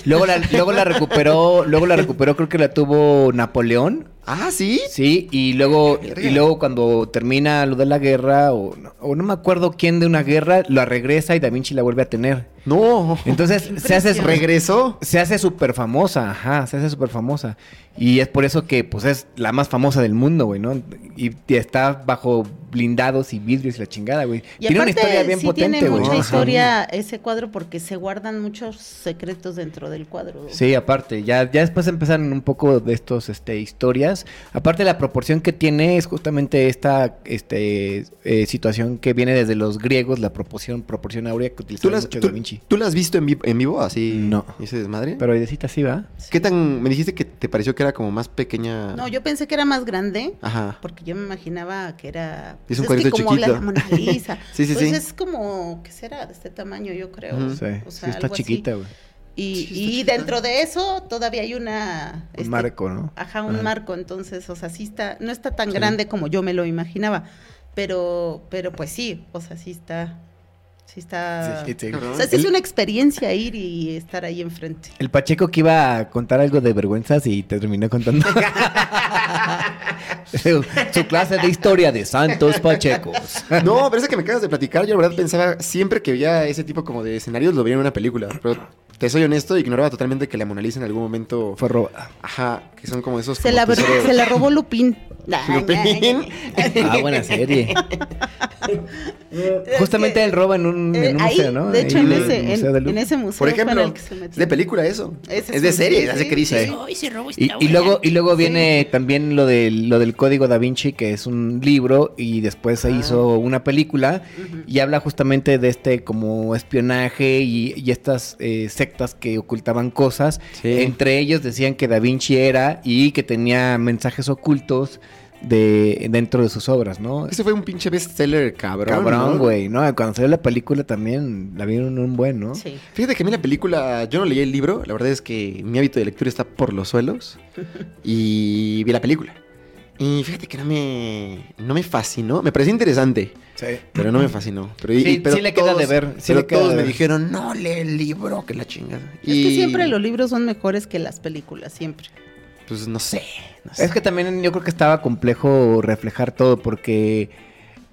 Luego la, luego la recuperó, luego la recuperó, creo que la tuvo Napoleón.
Ah, sí.
Sí, y luego,
Verga.
y luego cuando termina lo de la guerra, o no, o no me acuerdo quién de una guerra, la regresa y Da Vinci la vuelve a tener.
No.
Entonces se hace,
Regresó.
se hace súper famosa, ajá, se hace súper famosa. Y es por eso que pues es la más famosa del mundo, güey, ¿no? Y, y está bajo blindados y vidrios y la chingada, güey.
Y
Tiene una
aparte,
historia bien
sí
potente,
tiene
güey.
mucha
Ajá.
historia ese cuadro porque se guardan muchos secretos dentro del cuadro.
Sí, aparte, ya, ya después empezaron un poco de estos este, historias. Aparte, la proporción que tiene es justamente esta este, eh, situación que viene desde los griegos, la proporción, proporción áurea que
¿Tú
utilizaba
las,
mucho Da
tú-
Vinci.
tú la has visto en, vi- en vivo así?
No.
¿Ese desmadre?
¿Eh? Pero Aidecita sí va.
¿Qué tan. Me dijiste que te pareció que era como más pequeña.
No, yo pensé que era más grande,
Ajá.
porque yo me imaginaba que era...
Es un
pues que
cuadrito
como habla la
chiquito.
Mona
[laughs]
Lisa.
Sí, sí,
Pues
sí.
es como, ¿qué será? De este tamaño, yo creo.
Ujú.
Sí,
O sea,
sí está
algo así.
chiquita, güey.
Y,
Sí, está
y
chiquita.
dentro de eso todavía hay una...
Un
este,
marco, ¿no?
Ajá, un
Ajá.
marco, entonces, o sea, sí está, no está tan
Sí.
grande como yo me lo imaginaba, pero, pero pues sí, o sea, sí está, sí está,
Sí, sí, sí.
o
Cabrón.
sea, sí es
El-
una experiencia ir y estar ahí enfrente.
El Pacheco que iba a contar algo de vergüenzas y te terminó [laughs] contando. su, su clase de historia de Santos Pachecos.
[laughs] No, pero esa que me acabas de platicar, yo la verdad pensaba, siempre que veía ese tipo como de escenarios, lo veía en una película. Pero te soy honesto, ignoraba totalmente que la Mona Lisa en algún momento.
Fue robada.
Ajá, que son como esos.
Se
como
la,
tesoros.
se la robó
[laughs]
Lupín. Ay, ay, ay,
Lupín.
ay.
Ah,
[laughs]
buena serie. Justamente él roba en un,
Eh,
en un
ahí,
museo, ¿no?
De hecho,
Ahí
en
el
ese, en,
Museo de Louvre.
en ese museo
Por
fue en
ejemplo,
el que se
es
metió.
de película eso.
Ese
es de
es un-
serie,
sí,
así
sí,
que dices.
sí.
Hoy se robó esta
Y, y
buena.
luego, y luego viene también lo del, lo del Código da Vinci, que es un libro, y después
Ah.
se hizo una película, y habla justamente de este como espionaje y, y estas eh, sectas que ocultaban cosas.
Sí.
Entre ellos decían que da Vinci era y que tenía mensajes ocultos de, dentro de sus obras, ¿no?
Ese fue un pinche bestseller, cabrón.
Cabrón,
¿no?
güey, ¿no? Cuando salió la película también la vieron un buen, ¿no?
Sí.
Fíjate que a mí la película, yo no leí el libro, la verdad es que mi hábito de lectura está por los
[laughs]
suelos y vi la película. Y fíjate que no me, no me fascinó, me pareció interesante,
Sí.
pero no me fascinó. Pero, y-
Sí,
pero
sí le queda de ver, sí
pero
le queda
todos
de
me
ver.
dijeron, no lee el libro, que la chingada.
Es que siempre los libros son mejores que las películas, siempre.
Pues no sé, no sé.
Es que también yo creo que estaba complejo reflejar todo, porque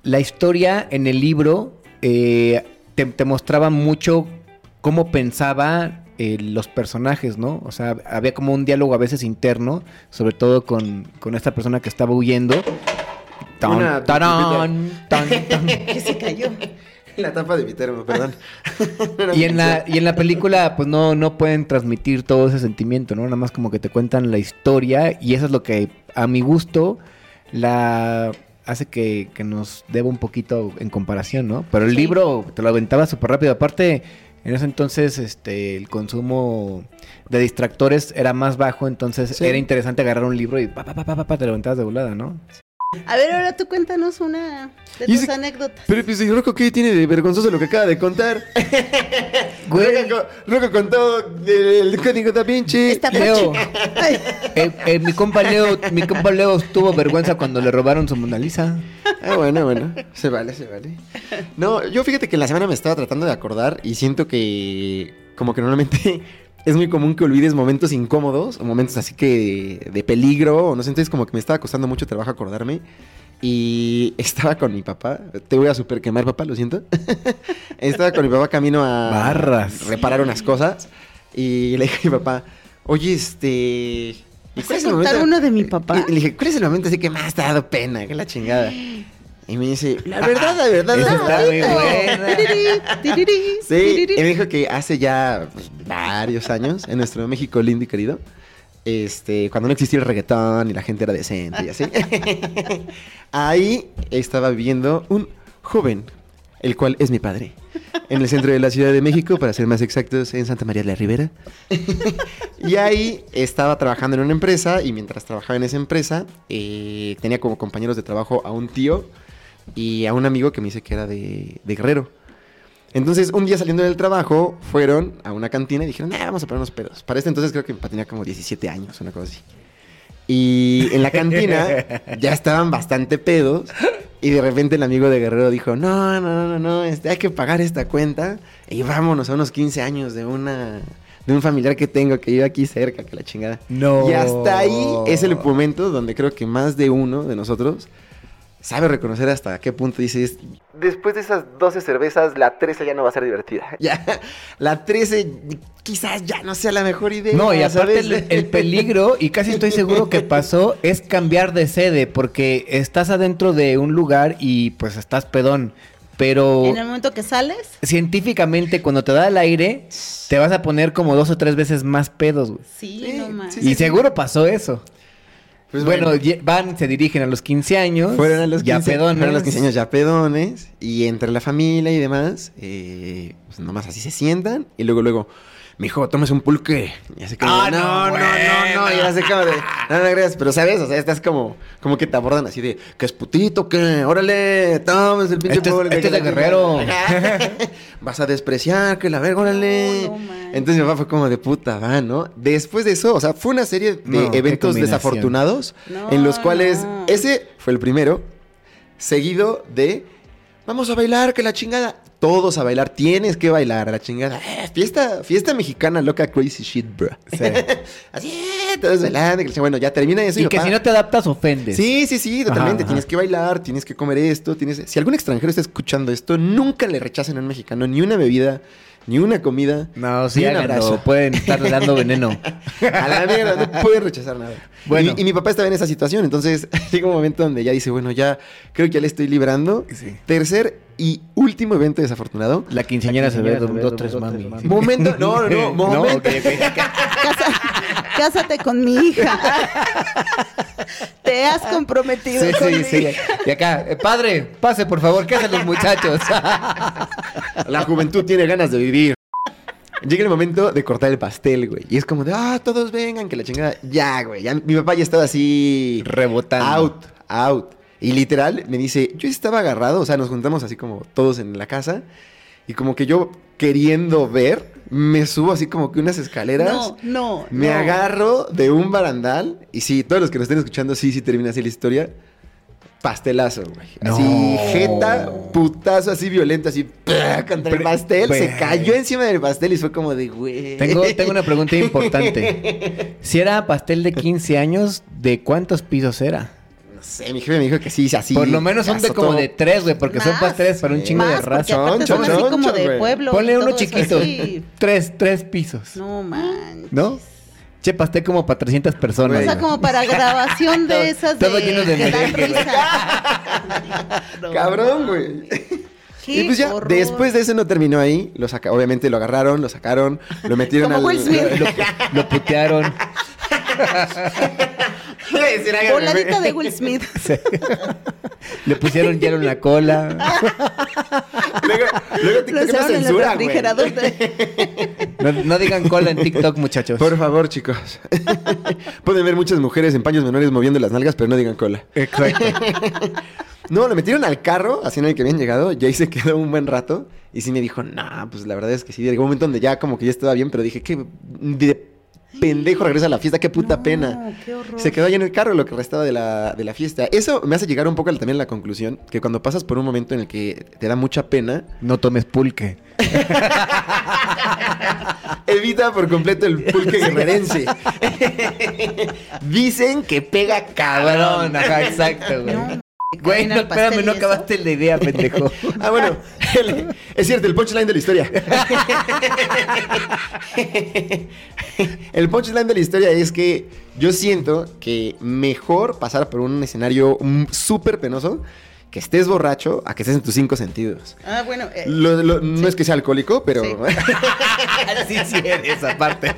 la historia en el libro eh, te, te mostraba mucho cómo pensaba eh, los personajes, ¿no? O sea, había como un diálogo a veces interno, sobre todo con, con esta persona que estaba huyendo. Tan,
Una-
tarán, tan,
[laughs]
tan.
Que se cayó.
[laughs] La tapa de mi termo,
[laughs]
perdón.
Y en
[laughs]
la, y en la película, pues no, no pueden transmitir todo ese sentimiento, ¿no? Nada más como que te cuentan la historia y eso es lo que a mi gusto la hace que, que nos deba un poquito en comparación, ¿no? Pero el
Sí.
libro te lo aventaba súper rápido. Aparte, en ese entonces este, el consumo de distractores era más bajo, entonces
Sí.
era interesante agarrar un libro y pa, pa, pa, pa, pa, pa, te lo aventabas de volada, ¿no?
A ver, ahora tú cuéntanos una de
Y
tus
ese-
[laughs]
anécdotas.
Pero pues, Rocco, ¿qué tiene de vergonzoso lo que acaba de contar?
Güey.
Rocco, Rocco contó del código da Vinci.
Esta
Leo.
Pachi. Ay.
Eh, eh, mi, compa Leo, mi compa Leo tuvo vergüenza cuando le robaron su Mona Lisa.
[laughs] Ah, bueno, bueno. Se vale, se vale. No, yo fíjate que en la semana me estaba tratando de acordar y siento que como que normalmente [laughs] es muy común que olvides momentos incómodos o momentos así que de peligro o no sé, entonces como que me estaba costando mucho trabajo acordarme. Y [laughs] estaba con mi papá, te voy a super quemar papá, lo siento. [laughs] estaba con mi papá camino a
Barras.
reparar unas cosas y le dije a mi papá, oye, este... ¿y
¿Vas
Pues
cuál
a
es el
contar
momento-
uno de mi papá?
y le dije, ¿cuál es el momento así que más te ha dado pena? Que la chingada. Y me dice, la verdad, la verdad, la
Esa está
verdad.
muy buena.
Tirirí, tirirí,
Sí,
tirirí.
y me dijo que hace ya pues, varios años, en nuestro México lindo y querido, este, cuando no existía el reggaetón y la gente era decente y así, ahí estaba viviendo un joven, el cual es mi padre, en el centro de la Ciudad de México, para ser más exactos, en Santa María de la Ribera. Y ahí estaba trabajando en una empresa y mientras trabajaba en esa empresa, eh, tenía como compañeros de trabajo a un tío y a un amigo que me dice que era de, de Guerrero. Entonces, un día saliendo del trabajo, fueron a una cantina y dijeron, "Nah, vamos a poner unos pedos. Para este entonces creo que mi papá tenía como 17 años, una cosa así. Y en la cantina ya estaban bastante pedos. Y de repente el amigo de Guerrero dijo, no, no, no, no, no, este, hay que pagar esta cuenta. Y vámonos a unos 15 años de una... De un familiar que tengo que vive aquí cerca, que la chingada.
No.
Y hasta ahí es el momento donde creo que más de uno de nosotros sabe reconocer hasta qué punto dices. Después de esas 12 cervezas, la 13 ya no va a ser divertida. [laughs] Ya, la 13 quizás ya no sea la mejor idea.
No, y aparte
¿sabes?
el, el peligro, y casi estoy seguro que pasó, es cambiar de sede, porque estás adentro de un lugar y pues estás pedón. Pero
En el momento que sales,
científicamente, cuando te da el aire, te vas a poner como dos o tres veces más pedos, güey.
sí,
Sí,
no más.
sí,
y seguro pasó eso.
[laughs] Pues
bueno,
bueno.
ye- van, se dirigen a los 15 años.
Fueron a los 15,
ya pedones.
fueron a los 15 años ya pedones. Y entre la familia y demás, eh, pues nomás así se sientan. Y luego, luego, mijo, tomes un pulque. Y así como,
Ah,
no,
no,
no, no, no,
bueno.
Y así como de, no, no, gracias. Pero, ¿sabes? O sea, estás como, como que te abordan así de, que es putito, que, órale, tomes el pinche
Este es-
pulque.
este es de
que la-
guerrero.
[laughs] Vas a despreciar, que la verga, órale.
No, no, man.
Entonces mi papá fue como de puta, va, ¿no? Después de eso, o sea, fue una serie de
No, qué
eventos
combinación.
desafortunados
No,
en los cuales
no.
ese fue el primero, seguido de vamos a bailar, que la chingada. Todos a bailar, tienes que bailar, a la chingada. Eh, fiesta, fiesta mexicana loca, crazy shit, bro. [laughs] Así, eh, todos bailando, que la chingada. bueno, ya termina eso.
Y
mi
que
papá-
si no te adaptas, ofendes.
Sí, sí, sí, totalmente.
Ajá, ajá.
Tienes que bailar, tienes que comer esto, tienes. Si algún extranjero está escuchando esto, nunca le rechacen a un mexicano ni una bebida, ni una comida.
No, sí,
ni un
háganlo,
abrazo.
Pueden estarle dando
[laughs]
veneno.
A la mierda, no puedes rechazar nada.
Bueno.
Y, y mi papá estaba en esa situación, entonces [laughs] llega un momento donde ya dice, bueno, ya creo que ya le estoy librando.
Sí.
Tercer y último evento desafortunado.
La quinceañera se ve
quinceañera se ve
dos, tres
dos, tres
mami.
mami.
Momento,
[laughs]
no, no, no, momento.
ok,
[laughs]
ok.
Cásate con mi hija. Te has comprometido
Sí,
con
sí,
mi
sí.
hija.
Y acá, eh, padre, pase por favor, ¿qué
[laughs]
hacen los muchachos? [laughs]
La juventud tiene ganas de vivir. Llega el momento de cortar el pastel, güey. Y es como de, ah, todos vengan, que la chingada. Ya, güey. ya- mi papá ya estaba así.
Rebotando.
Out, out. Y literal me dice, yo estaba agarrado, o sea, nos juntamos así como todos en la casa. Y como que yo queriendo ver, me subo así como que unas escaleras.
No, no.
Me
no.
agarro de un barandal. Y sí, todos los que nos estén escuchando, sí, sí termina así la historia. Pastelazo, güey. Así,
No.
jeta, putazo, así violento, así, ¡pah! contra el
Pre-
pastel. Se
güey.
cayó encima del pastel y fue como de, güey.
tengo, tengo una pregunta importante. Si era pastel de 15 años, ¿de cuántos pisos era?
[laughs] No sé, mi jefe me dijo que sí, así.
Por lo menos son de
caso
como
todo.
de tres, güey, porque son
Más,
pasteles para un chingo de
Más, porque
raza.
aparte
Chon,
son así
chon,
como
chon,
de
güey.
pueblo. y
Ponle uno
todo eso
chiquito.
así.
Tres, tres pisos.
No man.
¿No? Che, pastel como para 300 personas.
O sea,
güey.
como para grabación de esas
todo
de,
lleno de
dar
merengue, güey. [laughs]
risa. No,
Cabrón, [laughs] güey.
qué
Y pues ya,
horror.
después de eso no terminó ahí. Lo saca- obviamente lo agarraron, lo sacaron,
[laughs]
lo metieron
Como
al. [laughs]
Will Smith.
Lo,
Lo putearon.
Iba a decir algo,
Voladita
güey.
de Will Smith.
Le pusieron hielo en
[laughs]
la cola.
Luego, luego
Lo
TikTok no
usaron en el
censura, güey.
refrigerador.
[laughs]
de-
No, no digan cola en TikTok, muchachos.
Por favor, chicos. [laughs] Pueden ver muchas mujeres en paños menores moviendo las nalgas, pero no digan cola.
Exacto.
[laughs] No, lo metieron al carro, así en el que habían llegado, y ahí se quedó un buen rato. Y sí me dijo, nah, pues la verdad es que sí. Llegó un momento donde ya como que ya estaba bien, pero dije, qué de pendejo regresa a la fiesta, qué puta
No,
pena.
qué horror.
Se quedó ahí en el carro lo que restaba de la, de la fiesta. Eso me hace llegar un poco también a la conclusión, que cuando pasas por un momento en el que te da mucha pena,
No tomes pulque.
Evita por completo el pulque guerrerense. Dicen que pega cabrón.
Ah, ajá, exacto, güey.
No,
Güey, no,
Termina el pastel
espérame, no
y eso.
acabaste la
[laughs]
idea, pendejo.
Ah, bueno, el- es cierto, el punchline de la historia. El punchline de la historia es que yo siento que mejor pasar por un escenario mm, súper penoso que estés borracho a que estés en tus cinco sentidos.
Ah, bueno. eh,
Lo- lo- No es que sea alcohólico, pero...
Sí.
Así sí eres, aparte.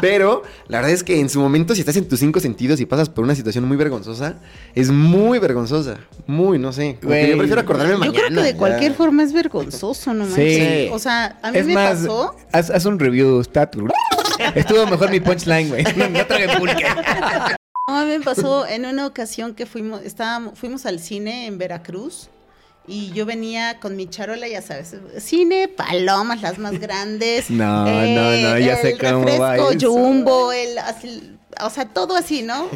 Pero la verdad es que en su momento, si estás en tus cinco sentidos y pasas por una situación muy vergonzosa, es muy vergonzosa. Muy, no sé. Como que
Güey.
yo prefiero acordarme
yo
mañana.
creo que de
ya.
cualquier forma es vergonzoso, no manches.
Sí.
O sea, a mí
es
me
más,
pasó.
Haz, haz un review, está tu- Estuvo mejor mi punchline, güey. No, [laughs] no tragué pulque.
No, a mí me pasó en una ocasión que fuimos, estábamos, fuimos al cine en Veracruz y yo venía con mi charola, ya sabes, cine, palomas, las más grandes.
[laughs]
eh,
No, no, no, ya
el
sé cómo
refresco
va eso.
jumbo, el, así, o sea, todo así,
[laughs]
¿no?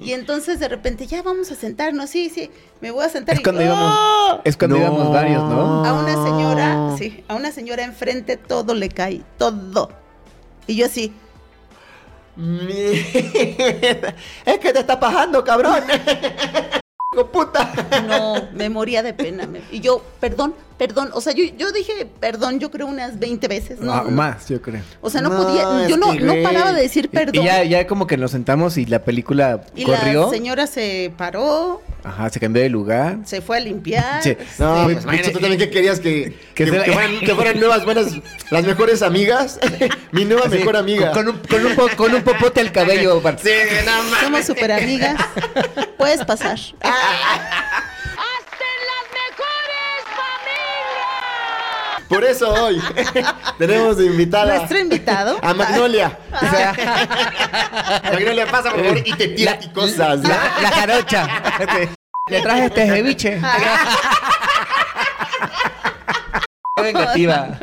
Y entonces de repente, ya vamos a sentarnos, sí, sí, me voy a sentar.
Es
y-
cuando íbamos-
¡Oh!
Es cuando
No.
íbamos varios, ¿no?
A una
Ah.
señora, sí, a una señora enfrente todo le cae, todo. Y yo así,
Mierda. Es que te está pasando, cabrón. [laughs] Hijo puta.
No, me moría de pena. me- Y yo, perdón, perdón. O sea, yo, yo dije perdón, yo creo unas 20 veces. No,
Ah,
no.
Más, yo creo.
O sea, no,
No,
podía.
es
Yo no,
que,
no
güey.
paraba de decir perdón.
Y ya, ya como que nos sentamos y la película
Y
corrió.
la señora se paró,
Ajá, se cambió de lugar.
se fue a limpiar.
Sí.
No,
Güey,
pues, bueno,
pinche-
tú también que querías que,
Que
que,
se la-
que fueran, que fueran nuevas, buenas, las mejores [laughs] amigas. Mi nueva
Así,
mejor amiga.
Con, con un, con, un po- con un popote al cabello, Bart.
Somos
[laughs]
súper amigas. Puedes pasar.
Ah,
¡Hacen las mejores familias!
Por eso [laughs] hoy tenemos de invitada
Nuestro invitado.
a Magnolia. O sea, [laughs] Magnolia pasa por favor y te tira a ti cosas.
La, la jarocha. Le traje este ceviche. [laughs] Qué vengativa.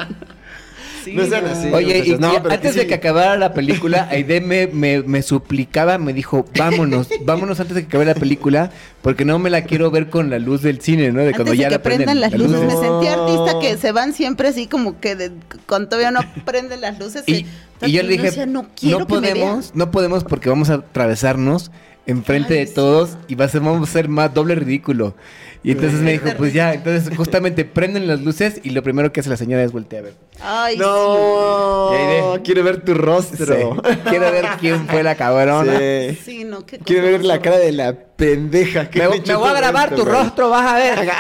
Sí,
No sean así.
Oye, y,
muchachos. No,
y
pero
antes
sí.
de que acabara la película, Aide me, me, me suplicaba, me dijo, vámonos, vámonos antes de que acabe la película, porque no me la quiero ver con la luz del cine, ¿no? De cuando
Antes de
ya
que
la prenden,
prendan las
la
luces,
luces.
me sentí artista que
No.
se van siempre así como que de- cuando todavía no [laughs] prenden las luces.
Y,
se-
y yo
no
le dije,
sea,
no,
quiero que me vean".
podemos, no podemos porque vamos a atravesarnos enfrente
Ay,
de
sí.
todos y va a ser, vamos a ser más doble ridículo. Y entonces me dijo,
Doble
pues ya, entonces justamente prenden las luces y lo primero que hace la señora es voltear a ver.
Ay,
No,
Y ahí de-
quiero ver tu rostro.
Sí.
[laughs]
Quiero ver quién fue la cabrona.
Sí.
sí. Sí, no, qué
Quiero
cosa
ver
más
la
horror-
cara de la pendeja. que
Me,
le
me
echó
voy a
todo
grabar
esto,
tu
güey.
rostro, vas
[laughs]
a ver.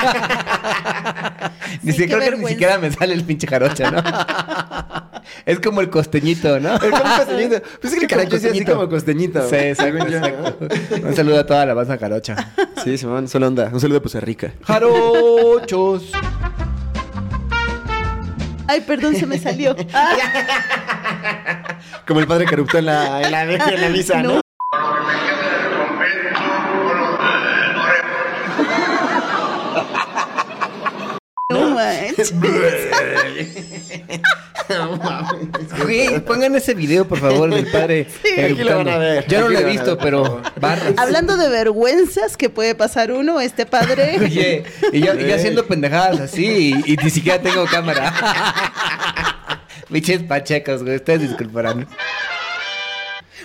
ni
Sí,
si-
qué
creo que ni
vergüenza.
siquiera me sale el pinche jarocha, ¿no? es como el costeñito, ¿no?
Es como costeñito. Pues es que el
Como
carajo es así
costeñito.
como costeñito.
Sí,
güey.
exacto, exacto. Un saludo a toda la banda jarocha.
[laughs] Sí, Simón, solo onda. Un saludo a Poza Rica.
Jarochos.
Ay, perdón, se me
[laughs]
salió. Ah,
Como el padre corrupto en la, en la, en la misa, ¿no?
No. no manches.
Güey, pongan ese video, por favor, del
[laughs]
padre.
Aquí lo van a ver,
Yo no
aquí
lo he
lo van a
visto,
ver.
pero barras.
Hablando de vergüenzas que puede pasar uno, este padre.
[laughs] Oye, y yo, y yo haciendo pendejadas así y, y ni siquiera tengo cámara. [laughs] Biches pachecos, güey, ustedes disculparán.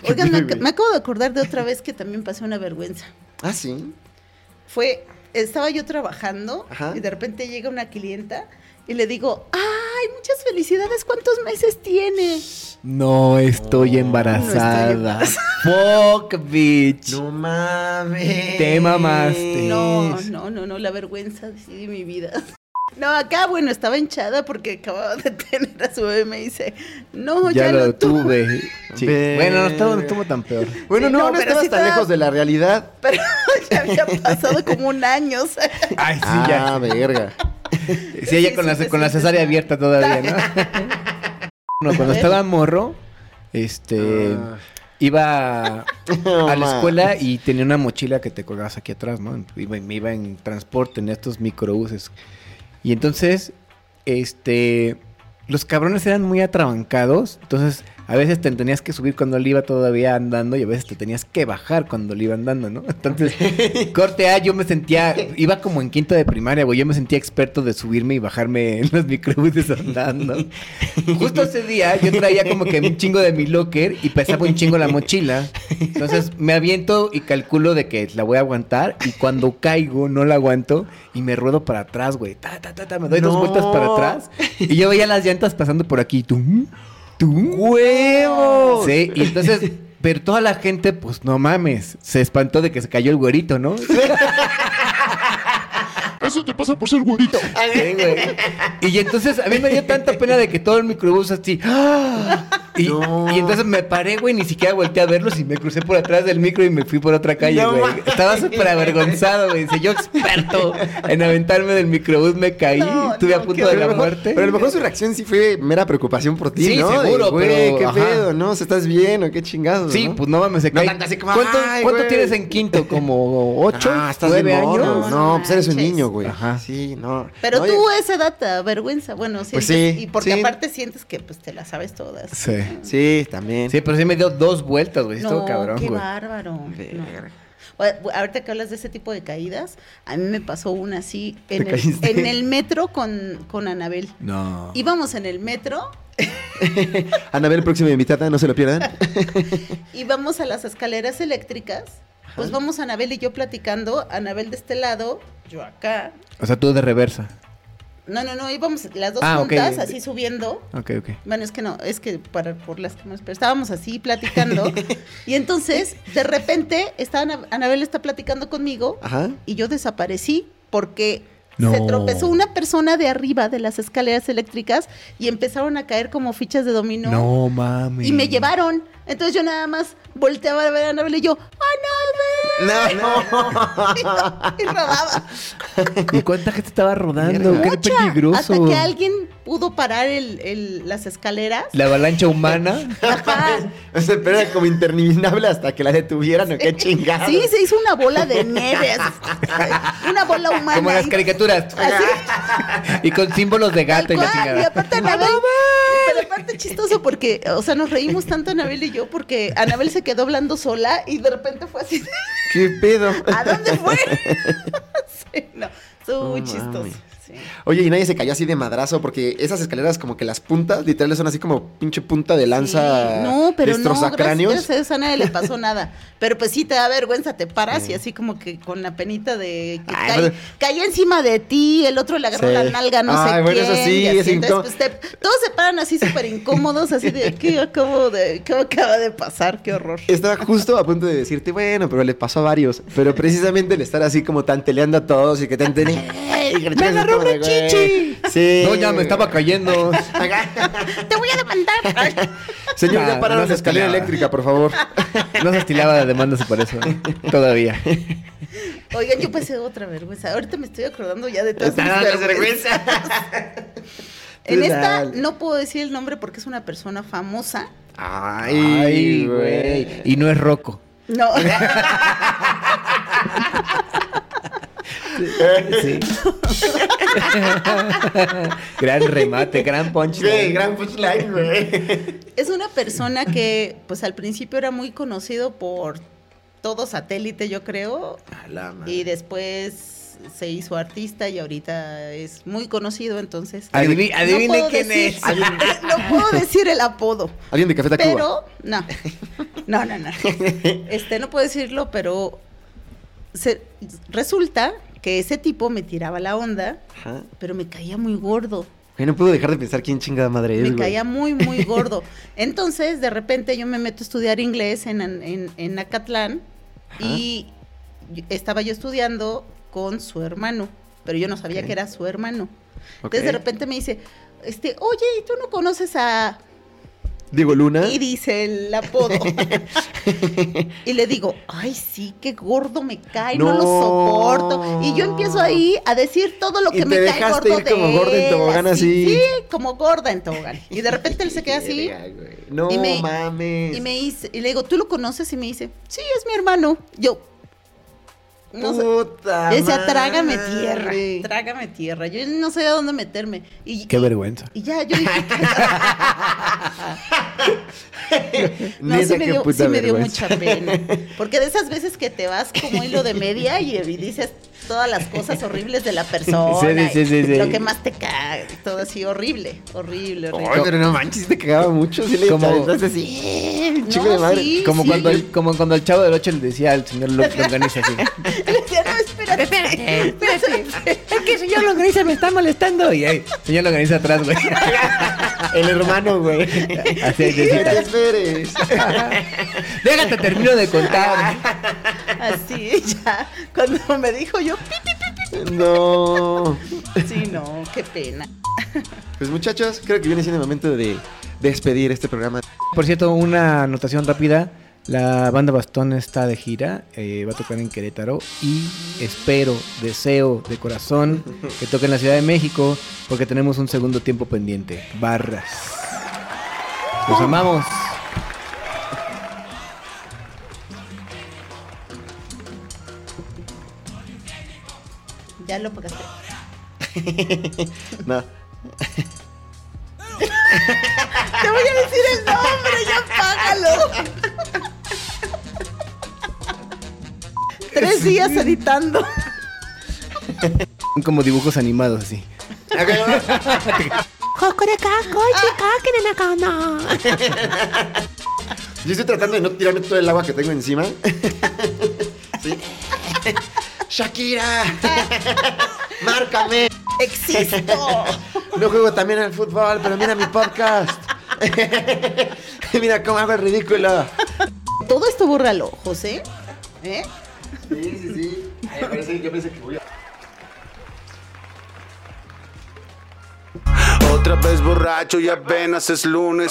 Oigan, me, ac- me acabo de acordar de otra vez que también pasé una vergüenza.
Ah, sí.
Fue, estaba yo trabajando
Ajá.
y de repente llega una clienta y le digo, ay, muchas felicidades, ¿cuántos meses tiene?
No estoy embarazada. Fuck, bitch.
No mames.
Te mamaste.
No, no, no, no, la vergüenza sí, de mi vida. [laughs] No, acá, bueno, estaba hinchada porque acababa de [laughs] tener a su bebé. Me dice, no, ya, lo, tuve.
Sí.
Ve.
Bueno, no estuvo, no estuvo tan peor.
Bueno,
Sí,
no, no,
no, pero
estabas
sí
tan
estaba-
lejos de la realidad.
Pero [laughs] ya había pasado como un año. o sea,
Ay, sí,
ah, verga.
ya. Sí, ¿Eh? ella con la, con la cesárea abierta todavía, ¿no? [laughs] No, cuando estaba morro, este.
Ah.
Iba
[laughs] No
a la
mames.
escuela y tenía una mochila que te colgabas aquí atrás, ¿no? Iba- me iba en transporte, en estos microbuses. Y entonces, este, los cabrones eran muy atrabancados, entonces a veces te tenías que subir cuando él iba todavía andando y a veces te tenías que bajar cuando él iba andando, ¿no?
[laughs]
[laughs] Entonces, corte A, yo me sentía, iba como en quinto de primaria, güey, yo me sentía experto de subirme y bajarme en los microbuses andando. Justo ese día yo traía como que un chingo de mi locker y pesaba un chingo la mochila. Entonces me aviento y calculo de que la voy a aguantar y cuando caigo no la aguanto y me ruedo para atrás, güey. Ta, ta, ta, ta, me doy dos
No.
vueltas para atrás y yo veía las llantas pasando por aquí. ¡Tum! ¡Tum! ¡Huevos! Sí, y entonces... Pero toda la gente, pues no mames, se espantó de que se cayó el güerito, ¿no?
Eso te pasa por ser güerito.
Sí, güey. Y entonces a mí me dio tanta pena de que todo el microbús así. ¡ah! Y,
No.
y entonces me paré, güey, ni siquiera volteé a verlos y me crucé por atrás del micro y me fui por otra calle,
No
güey.
mames.
Estaba súper avergonzado, güey. Dice, yo experto en aventarme del microbús, me caí,
No,
estuve
no,
a punto
qué
de
Pero a
la
lo mejor-
muerte.
Pero a lo mejor su reacción sí fue mera preocupación por ti,
Sí,
¿no? De,
seguro,
güey,
pero,
qué
ajá.
pedo, ¿no? ¿Se estás bien o qué chingados?
Sí,
¿no?
pues no mames, se
No
cae.
tanto así como,
¿Cuánto,
"Ay,
cuánto
güey".
tienes en quinto? ¿Como ocho?
Ah, estás
¿Nueve
bien morro.
años?
No, pues eres un
manches.
niño, güey.
Ajá.
Sí, no.
Pero
No,
tú
oye,
a esa edad te da vergüenza. Bueno,
Pues
sientes,
sí,
Y porque
sí.
aparte sientes que pues te la sabes todas.
Sí.
Sí, también.
Sí, pero sí me dio dos vueltas, güey.
No,
Estuvo cabrón,
qué
güey.
bárbaro. no.
Verga.
Oye, bu- Ahorita que hablas de ese tipo de caídas, a mí me pasó una así en,
¿Te
el,
caíste?
en el metro con, con Anabel.
No.
Íbamos en el metro,
Anabel, próxima invitada, no se lo pierdan.
íbamos a las escaleras eléctricas, pues vamos Anabel y yo platicando, Anabel de este lado, yo acá.
O sea, tú de reversa.
No, no, no, íbamos las dos
Ah, ok.
juntas, así subiendo.
Ok, ok.
Bueno, es que no, es que para, por las cámaras, pero estábamos así
[laughs]
platicando. y entonces, de repente, está Ana- Anabel está platicando conmigo
Ajá.
y yo desaparecí porque
No.
se tropezó una persona de arriba de las escaleras eléctricas y empezaron a caer como fichas de dominó.
No mames.
Y me llevaron. Entonces yo nada más volteaba a ver a Anabel y yo, ¡Anabel!
No, no.
[laughs] Y robaba.
¿Y cuánta gente estaba rodando?
Mierda.
Qué
Mucha.
peligroso.
Hasta que alguien pudo parar el- el- las
[laughs]
escaleras.
La avalancha humana.
Ajá.
O sea, pero era como interminable hasta que la detuvieran o qué chingada.
Sí, se hizo una bola de nieve. así. una bola humana.
Como las
y-
caricaturas.
así,
Y con símbolos de gato y
tal
la
cual,
chingada.
y aparte Anabel, pero aparte chistoso porque, o sea, nos reímos tanto Anabel y yo porque Anabel se quedó hablando sola y de repente fue así,
¿Qué pedo?
¿a dónde fue? [laughs] Sí, no, estuvo muy
No
chistoso.
mames.
sí.
Oye, y nadie se cayó así de madrazo porque esas escaleras como que las puntas literal son así como pinche punta de lanza.
Sí, No, pero no, gracias,
destrozacráneos.
gracias a Dios a nadie
[laughs]
le pasó nada. Pero pues sí te da vergüenza, te paras y así como que con la penita de que
Ay,
cae-
pero-
cayó encima de ti, el otro le agarró
Sí.
la nalga, no
Ay,
sé
bueno,
quién.
eso sí,
y
es
así,
incó-
entonces, pues, te- todos se paran así súper incómodos, así de ¿qué acabo de, qué acaba de pasar? Qué horror.
Estaba justo a punto de decirte, bueno, pero le pasó a varios. Pero precisamente el estar así como tanteleando a todos y que te [laughs] entendí. ¡Me agarró una chichi! Sí.
No, ya me estaba cayendo.
Te voy a demandar.
Señor,
No,
ya pararon
Ah,
la
no se
escalera
estilaba.
eléctrica, por
[laughs]
favor.
No se estilaba la demanda por eso. Todavía.
[laughs] Oigan, yo pasé otra vergüenza. Ahorita me estoy acordando ya de todas
Está
mis
dando
vergüenzas. En
Tú
esta
dale.
no puedo decir el nombre porque es una persona famosa.
Ay, güey.
Y no es roco.
[laughs]
No.
Sí. [laughs] gran remate, gran punch.
Güey, gran punchline, güey.
Es una persona que, pues al principio era muy conocido por todo satélite, yo creo, y después se hizo artista y ahorita es muy conocido, entonces.
Adivi-
No
adivinen
puedo
quién
decir-
es.
[laughs] No puedo decir el apodo,
Alguien de Café Tacuba.
pero no, no,
[laughs]
no, no. Este, no puedo decirlo, pero se- resulta que ese tipo me tiraba la onda,
Ajá.
pero me caía muy gordo.
Güey, no puedo dejar de pensar quién chingada madre es,
Me
güey.
caía
[laughs]
muy, muy gordo. Entonces, de repente, yo me meto a estudiar inglés en, en, en Acatlán y yo- estaba yo estudiando con su hermano, pero yo no sabía
Ok.
que era su hermano.
Ok.
Entonces, de repente me dice, este, oye, ¿y tú no conoces a...?
Diego Luna.
Y dice el
[laughs]
apodo. y le digo, ay, sí, qué gordo me cae, no,
No.
lo soporto. Y yo empiezo ahí a decir todo lo
Y
que
te
me cae
dejaste
gordo
ir como
de
gorda en
él,
tobogán, así.
Sí, como gorda en tobogán. Y
[laughs]
de repente él se queda así.
Verga, güey. No
Y me-
mames.
Y me dice, y le digo, ¿tú lo conoces? Y me dice, sí, es mi hermano. Yo. No sé.
Puta.
Yo decía, trágame
madre".
tierra, trágame tierra. Yo no sabía dónde meterme. Y,
Qué
y-
vergüenza.
y ya, yo dije, no,
Neta,
sí me,
qué
dio,
puta
sí me dio
vergüenza.
mucha pena. Porque de esas veces que te vas como hilo de media y, y dices todas las cosas horribles de la persona.
Sí, sí,
y
sí, sí, sí.
Lo que más te cae, todo así horrible, horrible, horrible.
Ay, pero no manches, te cagaba mucho. Sí, le
Como-
entonces sí. un Chico de madre.
sí,
Como,
sí.
cuando el, como cuando el chavo del 8 le decía al señor López Longaniza así.
[laughs] Le decía, no, espérate, espérate,
Es que el señor Longaniza me está molestando. Y ahí, señor Longaniza atrás,
[laughs]
güey.
El hermano, güey.
Así es,
¿Qué te
Jessita.
esperes? [laughs]
Déjate, termino de contar.
Así, ya. Cuando me dijo yo, "Pi, pi,
No.
pi", sí, no, qué pena.
Pues muchachos, creo que viene siendo el momento de despedir este programa.
Por cierto, una anotación rápida. La banda Bastón está de gira, eh, va a tocar en Querétaro y espero, deseo de corazón que toque en la Ciudad de México porque tenemos un segundo tiempo pendiente. Barras. Los
Oh.
amamos.
Ya lo pagaste.
No.
Te voy a decir el nombre, ya págalo. Tres días editando.
Como dibujos animados así.
[laughs]
Cocoreca, cochica, que no.
Yo estoy tratando de no tirarme todo el agua que tengo encima. Sí. [laughs] ¡Shakira! ¡Márcame!
Existo.
No juego también al fútbol, pero mira mi podcast. [laughs] mira cómo hago el ridículo.
Todo esto bórralo, José. ¿Eh?
Sí, sí, sí. yo pensé que voy a...
Otra vez borracho y apenas es lunes.